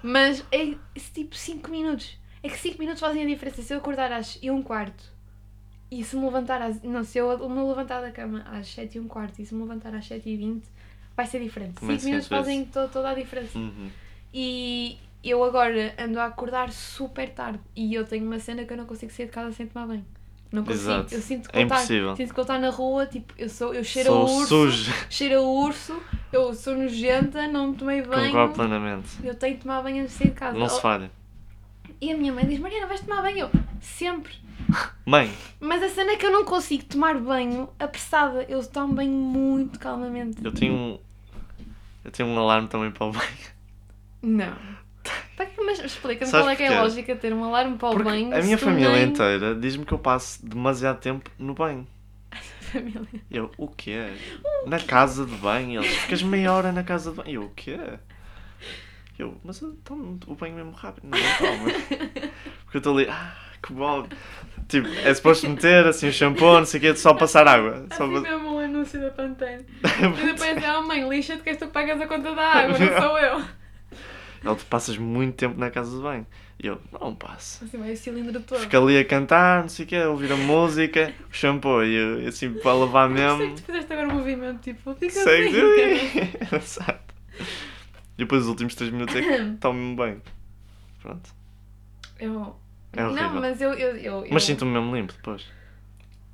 S1: Mas é esse tipo 5 minutos. É que 5 minutos fazem a diferença. Se eu acordar às 1 um quarto e se me levantar às. Não, se eu me levantar da cama às 7 e um quarto e se me levantar às 7 e 20, vai ser diferente. 5
S2: Também sinto
S1: minutos
S2: isso.
S1: fazem to- toda a diferença.
S2: Uhum.
S1: E eu agora ando a acordar super tarde e eu tenho uma cena que eu não consigo sair de casa sem tomar banho. Não consigo.
S2: Exato.
S1: Eu sinto que
S2: É
S1: eu tá-
S2: impossível.
S1: Sinto que eu estou na rua, tipo, eu sou, eu cheiro
S2: Sou
S1: a urso,
S2: sujo.
S1: cheiro a urso, eu sou nojenta, não me tomei
S2: Concordo
S1: banho.
S2: plenamente.
S1: Eu tenho que tomar banho antes de sair de casa. Oh,
S2: Não se falha.
S1: E a minha mãe diz: Mariana, vais tomar banho? Eu, sempre.
S2: Mãe,
S1: Mas a cena é que eu não consigo tomar banho apressada. Eu tomo banho muito calmamente.
S2: eu tenho um. Eu tenho um alarme também para o banho.
S1: Não. Tá, mas explica-me
S2: Sabes
S1: qual é que é
S2: porquê?
S1: a lógica de ter um alarme para o
S2: Porque
S1: banho.
S2: a minha
S1: se
S2: família
S1: nem-
S2: inteira diz-me que eu passo demasiado tempo no banho.
S1: Família.
S2: Eu, o quê? Na casa de banho? Eles ficas meia hora na casa de banho. Eu, o quê? Eu, mas eu tomo o banho mesmo rápido. Não, não tomo. Porque eu estou ali, ah, que bom. Tipo, é suposto meter assim o shampoo, não sei o quê, só passar água. Só
S1: Assim
S2: pa-
S1: mesmo um anúncio da Pantene. E
S2: Ele
S1: depois é, oh mãe, lixa-te que és tu que pagas a conta da água, não sou eu.
S2: tu passas muito tempo na casa de banho. E eu, não passo.
S1: Assim vai o cilindro todo.
S2: Fico ali a cantar, não sei o quê, a ouvir a música, o shampoo, e eu, assim, para lavar
S1: Eu sei que
S2: mesmo.
S1: tu fizeste agora um movimento, tipo, fica
S2: Sei
S1: assim.
S2: que Exato. E depois os últimos 3 minutos é que tomo-me bem. Pronto.
S1: Eu,
S2: É horrível.
S1: não, mas eu. eu, eu, eu-
S2: Mas sinto-me mesmo limpo depois.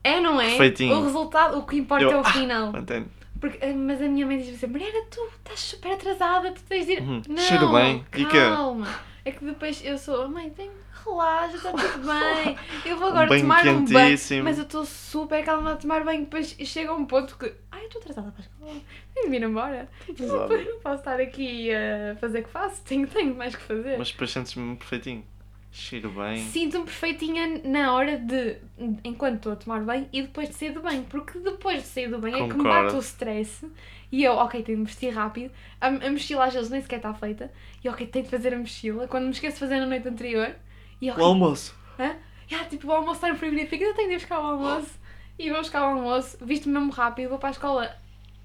S1: É, não é?
S2: Perfeitinho.
S1: O resultado, o que importa
S2: Eu- Ah,
S1: é o final.
S2: Entende?
S1: Porque, eh, mas a minha mãe diz-me sempre: Mariana, tu estás super atrasada, tu tens de ir.
S2: Uhum.
S1: Não,
S2: Cheiro bem. E que-
S1: calma. É que depois eu sou, mãe, tem, relaxa, está tudo bem. Eu vou
S2: Um
S1: agora
S2: banho
S1: tomar um banho.
S2: quentíssimo.
S1: Mas eu estou super calma a tomar banho. Depois chega um ponto que, ai, eu estou atrasada para a escola, tenho de ir embora. Não,
S2: atrasada.
S1: não posso estar aqui a fazer o que faço, tenho, tenho mais que fazer.
S2: Mas depois sentes-me perfeitinho. Cheiro bem.
S1: Sinto-me perfeitinha na hora de. enquanto estou a tomar banho e depois de sair do banho, porque depois de sair do banho é que me
S2: Concordo.
S1: bate o stress e eu, ok, tenho de vestir rápido, a, a mochila às vezes nem sequer está feita e ok, tenho de fazer a mochila quando me esqueço de fazer na noite anterior e
S2: O
S1: ok,
S2: almoço.
S1: hã? Ya, tipo, o almoço está no frigorífico, ainda tenho de ir buscar o almoço e vou buscar o almoço, visto-me mesmo rápido, vou para a escola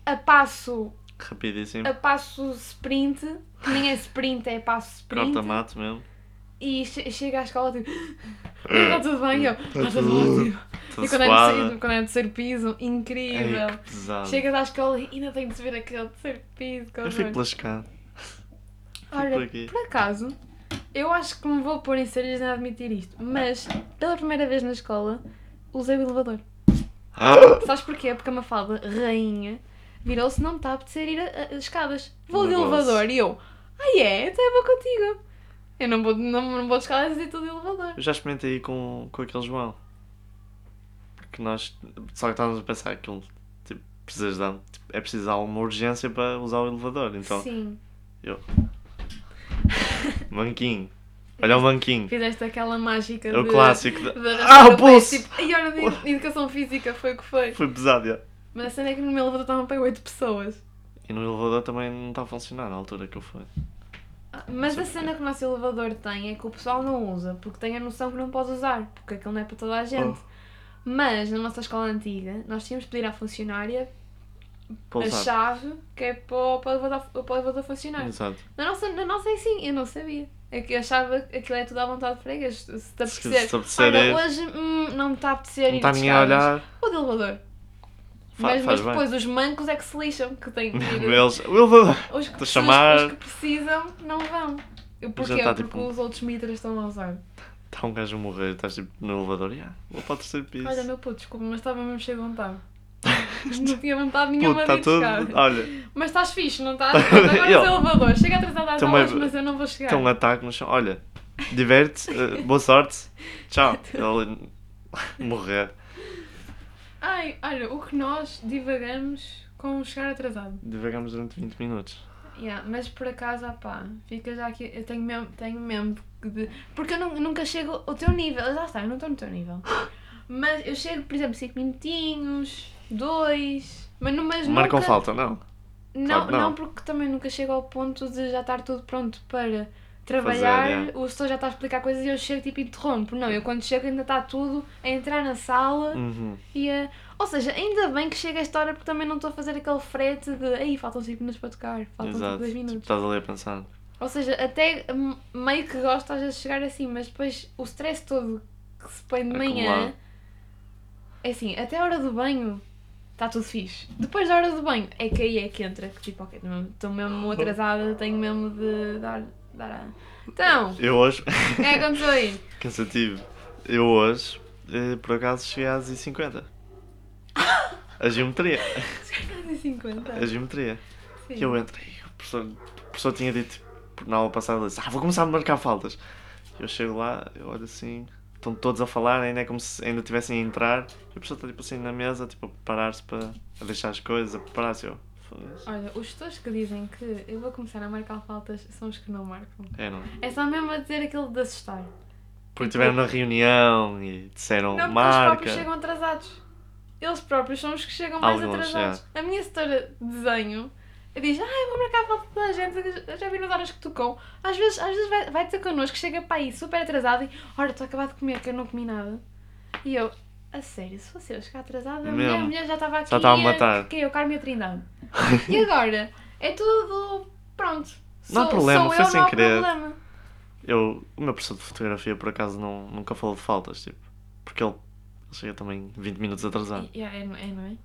S1: a passo,
S2: Rapidíssimo.
S1: a passo sprint, que nem é sprint, é passo sprint.
S2: Corta mato mesmo.
S1: E che chega à escola tipo. Está tudo bem, eu. Está tudo ótimo.
S2: Hum, tá Tudo tá
S1: E quando é, no
S2: suado.
S1: terceiro, quando é no terceiro piso, incrível.
S2: Ai, que pesado.
S1: Chegas à escola e ainda tenho de subir aquele terceiro piso. que
S2: Eu fico
S1: horror.
S2: lascado. por
S1: Ora,
S2: aqui.
S1: por acaso, eu acho que me vou pôr em sérias em admitir isto, mas pela primeira vez na escola usei o elevador.
S2: Ah!
S1: Sabes porquê? Porque a Mafalda, rainha, virou-se não me está a apetecer ir a, a- a escadas. Vou de
S2: Negócio.
S1: elevador. E eu, ah é? Então eu vou contigo. Eu não vou, não, não vou de escadas e estou de elevador.
S2: Eu já experimentei com, com aquele João. Porque nós. Só que estávamos a pensar que ele tipo, precisas de, al- tipo, é preciso de alguma urgência para usar o elevador. Então,
S1: Sim.
S2: manquinho. Olha o manquinho.
S1: Fizeste aquela mágica
S2: É o
S1: de-
S2: clássico.
S1: de
S2: de-
S1: arrastar
S2: Ah,
S1: o
S2: o
S1: pulso!
S2: pulso!
S1: Tipo, e olha, de educação física foi o que foi.
S2: Foi pesado, já.
S1: Mas a cena é que no meu elevador estavam para 8 pessoas.
S2: E no elevador também não está a funcionar na altura que eu fui.
S1: Ah, Mas a cena que o nosso elevador tem é que o pessoal não usa, porque tem a noção que não pode usar, porque aquilo não é para toda
S2: Oh.
S1: a gente. Mas na nossa escola antiga, nós tínhamos de pedir à funcionária
S2: Para
S1: a
S2: usar.
S1: chave que é para o, para o elevador, para o elevador funcionar.
S2: Exato.
S1: Na nossa, na nossa é sim, eu não sabia. É que eu achava que aquilo é tudo à vontade de fregas. Se
S2: Se
S1: te
S2: se
S1: apetecer.
S2: te apetecer
S1: Olha,
S2: ir,
S1: hoje hum, não me está a apetecer
S2: não
S1: ir
S2: está
S1: de
S2: ninguém a
S1: escadas.
S2: olhar.
S1: O de elevador.
S2: Fa-
S1: mas, mas
S2: faz bem.
S1: depois os mancos é que se lixam, que têm que ir.
S2: Eles, o elevador.
S1: Os que,
S2: de
S1: os-
S2: chamar.
S1: os que precisam não vão. Eu- Porquê?
S2: Já tá,
S1: Porque
S2: tipo-
S1: os outros mitras estão a usar.
S2: Está um gajo a morrer, estás tipo no elevador. Yeah, vou para o terceiro piso.
S1: Olha, meu puto, desculpa, mas estava mesmo cheio de vontade. Não tinha vontade
S2: Puto,
S1: nenhuma
S2: está
S1: de ir buscar.
S2: tudo. Ah. Olha,
S1: Mas estás fixe, não estás? Agora
S2: Eu-
S1: no elevador. Chega atrasado às
S2: Também-
S1: aulas, mas eu não vou chegar.
S2: tem um ataque no chão. Olha, diverte-te, eh, boa sorte. Tchau. Ele morrer.
S1: Ai, olha, o que nós divagamos com chegar atrasado.
S2: Divagamos durante 20 minutos.
S1: Yeah, mas por acaso, ah pá, fica já aqui. Eu tenho mesmo. Tenho mesmo de- porque eu nu- nunca chego ao teu nível. Já está, eu não estou no teu nível. Mas eu chego, por exemplo, 5 minutinhos, 2. Mas, nu- mas
S2: Marcam
S1: nunca,
S2: falta, não.
S1: Não,
S2: claro que
S1: não.
S2: não.
S1: porque também nunca chego ao ponto de já estar tudo pronto para trabalhar.
S2: yeah.
S1: O senhor já está a explicar coisas e eu chego tipo e interrompo. Não, eu quando chego ainda está tudo a entrar na sala.
S2: Uhum.
S1: E a... Ou seja, ainda bem que chega esta hora porque também não estou a fazer aquele frete de aí faltam 5 minutos para tocar, faltam tipo
S2: Exato.
S1: 2
S2: Tipo,
S1: minutos.
S2: estás ali a pensar.
S1: Ou seja, até hum, meio que gosto às vezes de chegar assim, mas depois o stress todo que se põe de manhã.
S2: Acumulado.
S1: É assim, até a hora do banho está tudo fixe. Depois da hora do banho é que aí é que entra, que tipo, ok, estou mesmo atrasada, tenho mesmo de dar. dar a... Então, o
S2: Eu hoje.
S1: que é que aconteceu aí?
S2: Cansativo. Eu hoje, eh, por acaso, cheguei às 50 A geometria.
S1: Chegaste às 50.
S2: A geometria.
S1: Sim.
S2: E É eu entrei. O professor, o professor tinha dito tipo, na aula passada: ele disse, Ah, vou começar a marcar faltas. E Eu chego lá, eu olho assim, estão todos a falar, ainda é como se ainda estivessem a entrar. E o professor está tipo assim na mesa, tipo a preparar-se para a deixar as coisas, a preparar-se. Eu, "Foda-se."
S1: Olha, os gestores que dizem que eu vou começar a marcar faltas são os que não marcam.
S2: É, não.
S1: É só mesmo a dizer aquilo de assustar. Tipo,
S2: Porque estiveram na reunião e disseram
S1: Não, porque eles
S2: marca.
S1: próprios chegam atrasados. Eles próprios são os que chegam mais
S2: Alguns, é.
S1: atrasados. A minha setora de desenho diz, ah, eu vou marcar a falta da gente, eu já vi nas horas que tocou. Às vezes, às vezes vai, vai ter connosco, chega para aí super atrasado e, ora, estou a acabar de comer, que eu não comi nada. E eu, a sério, se fosse eu chegar atrasada, a mulher, a
S2: Mesmo.
S1: mulher já estava aqui.
S2: Já estava a
S1: e
S2: matar.
S1: Que eu, Carmen Trindade. e agora, é tudo, pronto.
S2: Não há
S1: Sou-
S2: problema,
S1: sou
S2: foi
S1: eu,
S2: sem
S1: não há
S2: querer.
S1: problema.
S2: Eu, o meu professor de fotografia, por acaso, não, nunca falou de faltas, tipo. Porque ele, ele chega também 20 minutos atrasado.
S1: Yeah, é, não é, não é?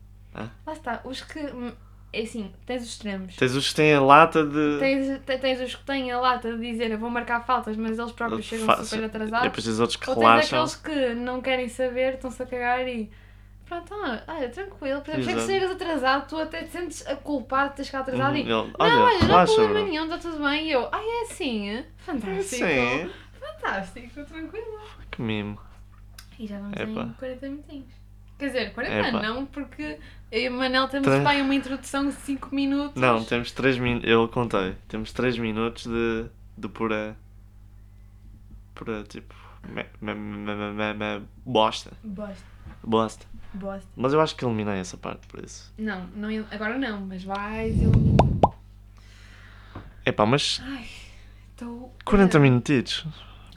S2: Hã?
S1: Lá está, os que hum, é assim, tens os extremos.
S2: Tens os que têm a lata de.
S1: Tens, te- tens os que têm a lata de dizer eu vou marcar faltas, mas eles próprios chegam
S2: Fa-
S1: super
S2: E
S1: atrasados.
S2: depois tens outros que
S1: Ou tens
S2: relaxam.
S1: aqueles que não querem saber, estão-se a cagar e. Pronto, ah, olha, tranquilo, por exemplo, é
S2: Exato.
S1: que chegas atrasado, tu até te sentes a culpado de teres chegado atrasado
S2: Uhum,
S1: e.
S2: ele, olha,
S1: Não, olha, não há
S2: relaxa,
S1: problema
S2: bro.
S1: nenhum, está tudo bem. E eu, ai, é assim? Fantástico.
S2: Sim,
S1: Fantástico, tranquilo.
S2: que mimo.
S1: E já vamos em
S2: Epa.
S1: 40 minutinhos. Quer dizer, 40
S2: Epa.
S1: não, porque eu e o Manel temos
S2: Tre-
S1: pá, uma introdução de 5 minutos.
S2: Não, temos 3 minutos. Eu contei. Temos 3 minutos de, de pura. pura tipo. Me, me, me, me, me, me, bosta.
S1: Bosta,
S2: Bosta.
S1: bosta.
S2: Mas eu acho que eliminei essa parte por isso.
S1: Não, não, il- agora não, mas vais. Eu...
S2: Epá, mas
S1: Ai, estou.
S2: 40 minutitos,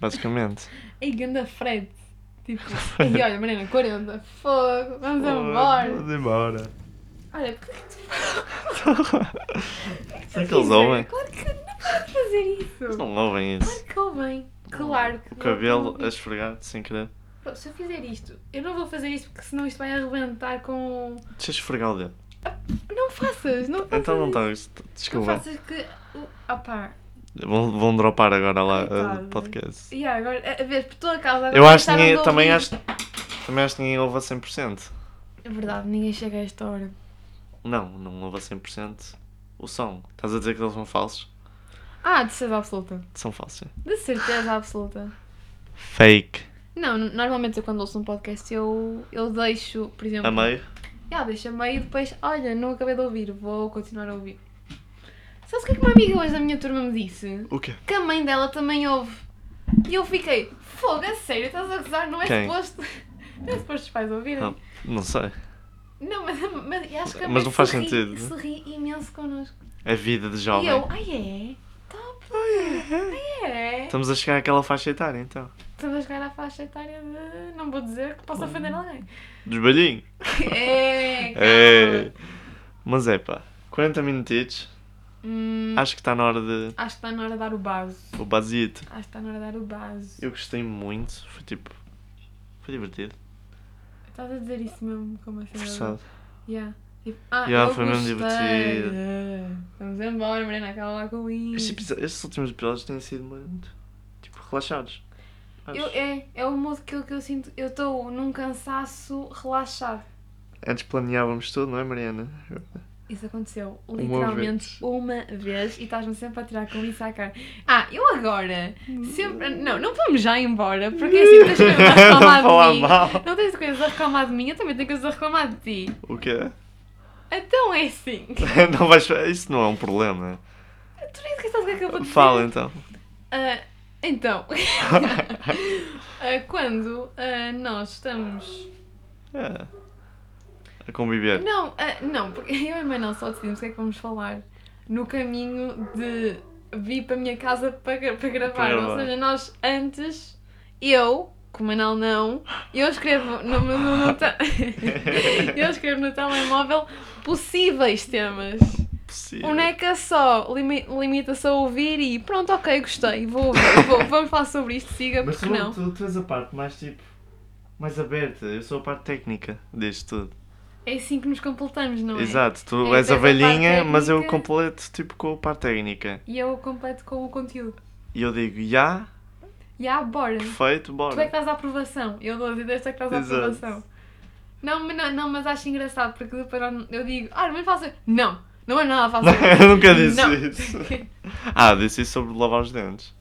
S2: basicamente.
S1: Ai, ganda Fred. Tipo, e olha, Mariana, 40, fogo, vamos embora.
S2: Vamos embora.
S1: Olha, por que é que tu
S2: Será que
S1: fizer?
S2: eles ouvem?
S1: Claro que não pode fazer isso.
S2: Eles não ouvem isso.
S1: Claro que ouvem. Claro que
S2: O
S1: não,
S2: cabelo
S1: não.
S2: a esfregar sem querer.
S1: Pô, Se eu fizer isto, eu não vou fazer isto porque senão isto vai arrebentar com.
S2: Deixa eu esfregar o dedo.
S1: Não faças, não faças.
S2: Então não
S1: isso.
S2: está.
S1: Não
S2: Desculpa.
S1: faças que. o- Ah pá.
S2: Vão, vão dropar agora lá
S1: Coitado. né?
S2: o podcast.
S1: E agora, a- a ver, por tua causa. agora
S2: Eu acho que
S1: deixaram
S2: ninguém,
S1: de
S2: também,
S1: ouvir.
S2: acho, também acho que ninguém ouve a 100%.
S1: É verdade, ninguém chega a esta hora.
S2: Não, não ouve a 100% o som. Estás a dizer que eles são falsos?
S1: Ah, de certeza absoluta.
S2: São falsos. sim.
S1: De certeza absoluta.
S2: Fake.
S1: Não, n- normalmente eu quando ouço um podcast eu, eu deixo, por exemplo.
S2: A meio?
S1: Ah, deixo a meio e depois, olha, não acabei de ouvir, vou continuar a ouvir. Sabes o que é que uma amiga hoje da minha turma me disse?
S2: O quê?
S1: que a mãe dela também ouve. E eu fiquei, fogo, a sério, estás a gozar? Não é
S2: Quem?
S1: suposto. Não é suposto os pais ouvirem.
S2: Não.
S1: Não,
S2: Não sei.
S1: mas, mas eu acho que a
S2: Mas
S1: mãe
S2: não faz
S1: se ri-
S2: sentido, né? Tá
S1: se ri imenso connosco.
S2: A É vida de
S1: E
S2: jovem.
S1: eu, ai é? Top! Ai é?
S2: Estamos a chegar àquela faixa etária então.
S1: Estamos a chegar à faixa etária de. Não vou dizer que posso ofender alguém.
S2: Dos balhinhos.
S1: Hum. é, calma.
S2: É. Mas é pá, 40 minutitos.
S1: Hum, acho...
S2: Acho que está na hora de.
S1: que está na hora de dar o baso.
S2: O basito.
S1: Acho que está na hora de dar o baso.
S2: Eu gostei muito. Foi tipo. Foi divertido.
S1: Estás a dizer isso mesmo como assim?
S2: Forçado.
S1: Yeah. Tipo, ah,
S2: Yeah,
S1: eu
S2: foi mesmo
S1: gostei.
S2: divertido.
S1: Ah, Vamos embora, Mariana, acaba lá com
S2: Estes,
S1: isso.
S2: episo- estes últimos episódios têm sido muito. Tipo, relaxados. Acho.
S1: Eu, é, é o modo que eu, que eu sinto. Eu estou num cansaço relaxado.
S2: Antes planeávamos tudo, não é, Mariana?
S1: Isso aconteceu
S2: Uma
S1: literalmente uma vez, e estás-me sempre a tirar com isso à cara. Ah, eu agora sempre. Não, não vamos já embora, porque é assim tens coisas a reclamar
S2: Falar
S1: de mim.
S2: mal.
S1: Não tens coisas a reclamar de mim, eu também tenho coisas a reclamar de ti.
S2: O quê?
S1: Então é assim.
S2: não vais... Isso não é um problema.
S1: Tu nem esqueces o que é que eu vou dizer.
S2: Fala então.
S1: Ah, então, Ah, quando ah, nós estamos.
S2: É. A conviver.
S1: Não, ah, não, porque eu e a mãe não só decidimos o que é que vamos falar no caminho de vir para a minha casa para, gra- para gravar.
S2: Para gravar.
S1: Ou seja, nós antes, eu, com o Manel não, eu escrevo no, meu- no, no te- eu escrevo no telemóvel possíveis temas.
S2: Possível.
S1: Um neca só, limi- limita-se a ouvir e pronto, ok, gostei, vou ouvir, vou- vamos falar sobre isto, siga,
S2: Mas
S1: porque
S2: tu,
S1: não.
S2: tu, tu és a parte mais tipo. mais aberta. Eu sou a parte técnica deste tudo.
S1: É assim que nos completamos, não é?
S2: Exato, tu
S1: É,
S2: és a
S1: tens a parte
S2: velhinha, mas eu
S1: técnica.
S2: completo tipo com a parte técnica.
S1: E eu completo com o conteúdo.
S2: E eu digo, já,
S1: E ah, bora.
S2: perfeito,
S1: Tu é que
S2: bora.
S1: estás à aprovação. Eu dou a dizer, tu é que estás à
S2: Exato.
S1: aprovação. Não, mas não, não, mas acho engraçado, porque depois eu- eu digo, ah, mas faço. Não, não é nada fácil.
S2: eu nunca disse
S1: Não.
S2: isso. Ah, disse isso sobre lavar os dentes.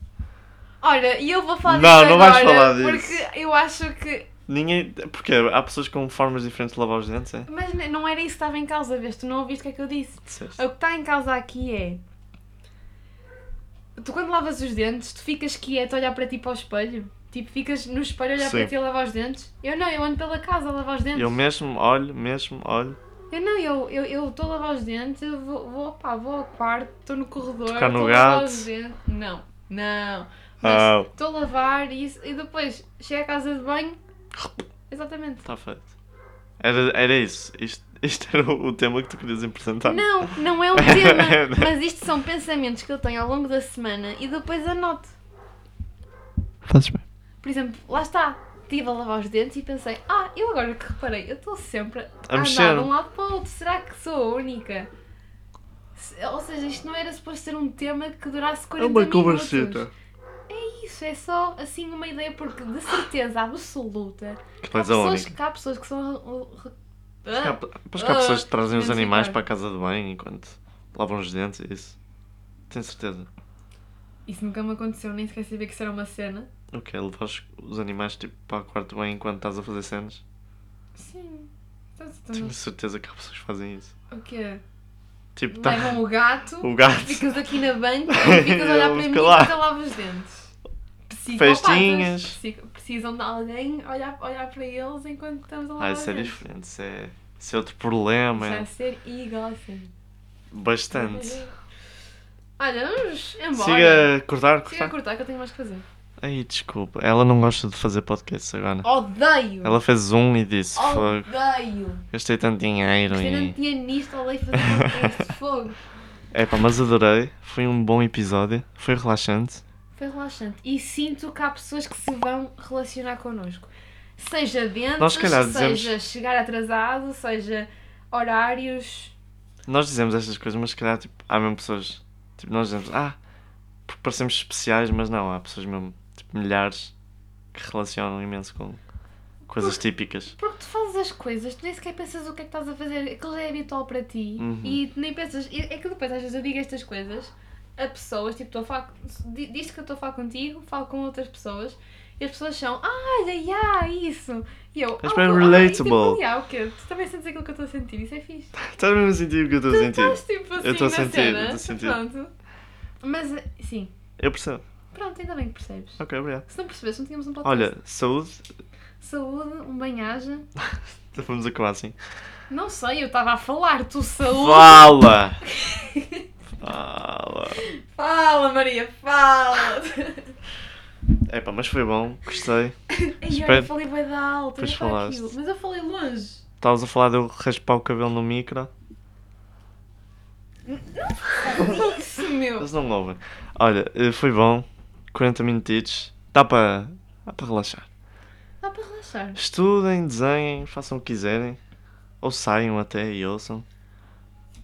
S1: Ora, e eu vou falar
S2: Não,
S1: disso
S2: não vais
S1: agora,
S2: falar disso.
S1: Porque eu acho que.
S2: Ninguém. Porque há pessoas com formas diferentes de lavar os dentes, é?
S1: Mas n- não era isso que estava em causa, vês? Tu não ouviste o que é que eu disse.
S2: Disseste.
S1: O que está em causa aqui é. Tu quando lavas os dentes, tu ficas quieto a olhar para ti para o espelho? Tipo, ficas no espelho a olhar
S2: Sim.
S1: para ti a lavar os dentes? Eu não, eu ando pela casa a lavar os dentes.
S2: Eu mesmo olho, mesmo olho,
S1: Eu não, eu estou eu, estou a lavar os dentes, eu vou, vou, pá, vou ao quarto, estou no corredor,
S2: Tocar no
S1: estou a lavar
S2: gato.
S1: os dentes. Não, não.
S2: Ah.
S1: Mas Estou a lavar e, isso- e depois chego à casa de banho. Exatamente.
S2: está tá feito. Era, era isso. Isto, isto era o, o tema que tu querias apresentar.
S1: Não, não é um tema, mas isto são pensamentos que eu tenho ao longo da semana e depois anoto.
S2: Fazes bem.
S1: Por exemplo, lá está, estive a lavar os dentes e pensei, ah, eu agora que reparei, eu estou sempre a,
S2: A
S1: andar
S2: mexer.
S1: de um lado para o outro, será que sou a única? Se- Ou seja, isto não era suposto ser um tema que durasse
S2: É
S1: 40
S2: uma
S1: minutos.
S2: conversita.
S1: Isso é só assim uma ideia, porque de certeza absoluta
S2: Que
S1: há
S2: faz a
S1: pessoas,
S2: única.
S1: que, há pessoas que são. uh, uh,
S2: Acho que há-
S1: ah,
S2: Depois que há pessoas que trazem os
S1: menos
S2: animais
S1: pior.
S2: para a casa de banho enquanto lavam os dentes e isso. Tenho certeza.
S1: Isso nunca me aconteceu, nem sequer sabia que isso era uma cena.
S2: O que é? Levar os, os animais tipo, para o quarto de banho enquanto estás a fazer cenas?
S1: Sim. Então, então,
S2: Tenho certeza que há pessoas que fazem isso.
S1: O quê?
S2: Tipo, tá
S1: Levam o gato,
S2: o gato,
S1: ficas aqui na banca, ficas a olhar para
S2: Ele
S1: mim
S2: fica lá.
S1: e tu lavas os dentes. Psicopatas.
S2: Festinhas.
S1: Psico- Precisam de alguém olhar, olhar para eles enquanto estamos a lavar
S2: Ah,
S1: os
S2: isso é
S1: dentes.
S2: diferente, isso é, isso é outro problema.
S1: Isso
S2: é
S1: é ser igual a ser.
S2: Bastante.
S1: Olha, vamos embora.
S2: Siga a cortar,
S1: Siga a
S2: cortar.
S1: cortar que eu tenho mais que fazer.
S2: Ai, desculpa, ela não gosta de fazer podcasts agora.
S1: Odeio!
S2: Ela fez um e disse: Fogo,
S1: Odeio!
S2: gastei tanto dinheiro.
S1: Você não
S2: E...
S1: tinha nisto, odeio fazer este fogo.
S2: É pá, mas adorei. Foi um bom episódio, foi relaxante.
S1: Foi relaxante. E sinto que há pessoas que se vão relacionar connosco. Seja dentes,
S2: Nós, se calhar,
S1: seja
S2: dizemos-
S1: chegar atrasado, seja horários.
S2: Nós dizemos estas coisas, mas se calhar tipo, há mesmo pessoas. Tipo, nós dizemos: Ah, porque parecemos especiais, mas não, há pessoas mesmo, tipo, milhares, que relacionam imenso com coisas típicas.
S1: Porque tu fazes as coisas, tu nem sequer pensas o que é que estás a fazer, aquilo já é habitual para ti.
S2: Uhum.
S1: E tu nem pensas. e É que depois às vezes eu digo estas coisas a pessoas, tipo, estou a falar. di- Diz que eu estou a falar contigo, falo com outras pessoas. E as pessoas são, ah, olha, yeah, isso. E eu,
S2: Mas
S1: "Ah,
S2: bem
S1: ok,
S2: relatable."
S1: Tipo, yeah, o quê? Tu também sentes aquilo que eu estou a sentir, isso é fixe.
S2: Estás mesmo a sentir o que eu estou a sentir?
S1: Estás tipo assim
S2: Eu estou a
S1: na
S2: sentir,
S1: cena.
S2: eu estou a sentir.
S1: Pronto. Mas, eh, sim.
S2: Eu percebo.
S1: Pronto, ainda bem que percebes.
S2: Ok, obrigado.
S1: Se não percebesse, não tínhamos um podcast.
S2: Olha, saúde.
S1: Saúde, um banhaja.
S2: Vamos acabar assim.
S1: Não sei, eu estava a falar. Tu, saúde.
S2: Fala! Fala!
S1: Fala, Maria, fala.
S2: Epá, mas foi bom, gostei.
S1: Ai, olha,
S2: Espero-
S1: eu falei bem da alta. eu ia
S2: Pois
S1: falar
S2: falaste.
S1: aquilo, Mas eu falei longe.
S2: Estavas a falar de eu raspar o cabelo no micro.
S1: Isso, meu.
S2: Eles não me ouvem. Olha, eh, foi bom. 40 minutitos. Dá para dá para relaxar.
S1: Dá para relaxar.
S2: Estudem, desenhem, façam o que quiserem. Ou saiam até e ouçam.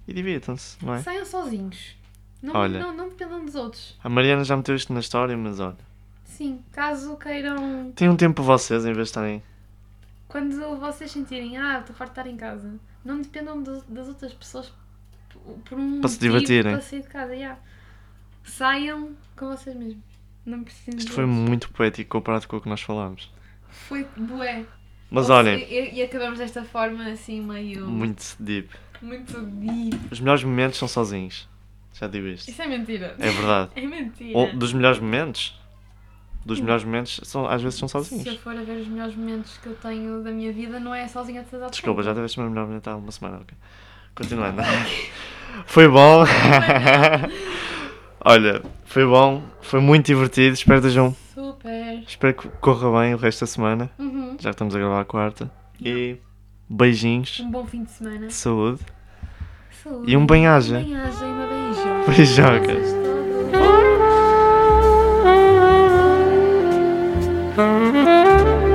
S2: E divirtam-se, não é?
S1: Saiam sozinhos. Não,
S2: Olha.
S1: não, não dependam dos outros.
S2: A Mariana já meteu isto na história, mas olha.
S1: Sim, caso queiram.
S2: Tenham tempo para vocês em vez de estarem.
S1: Quando vocês sentirem, ah, estou farto de estar em casa, não dependam do- das outras pessoas p- por um
S2: Para se
S1: motivo
S2: divertirem.
S1: Para sair de casa, já. Saiam com vocês mesmos. Não precisam.
S2: Isto
S1: de
S2: foi
S1: outros.
S2: muito poético comparado com o que nós falámos.
S1: Foi bué.
S2: Mas
S1: Ou
S2: olhem,
S1: se- E, e acabamos desta forma assim meio.
S2: muito deep.
S1: Muito deep.
S2: Os melhores momentos são sozinhos. Já digo isto.
S1: Isso é mentira.
S2: É verdade.
S1: É mentira.
S2: Ou dos melhores momentos. Dos melhores momentos são, às vezes são
S1: Se eu
S2: sozinhos.
S1: for a ver os melhores momentos que eu tenho da minha vida, não é sozinha de toda
S2: Desculpa, já tiveste o meu melhor momento há uma semana, ok. Continuando. Foi bom. Olha, foi bom, foi muito divertido. Espero que estejam.
S1: Super.
S2: Espero que corra bem o resto da semana.
S1: Uhum.
S2: Já estamos a gravar a quarta. E beijinhos,
S1: Um bom fim de semana.
S2: de saúde
S1: Saúde.
S2: e um
S1: Uma
S2: banhaja.
S1: Banhagem, uma beijo.
S2: Beijocas.
S1: Vocês todos.
S2: Oh.
S3: Thank you.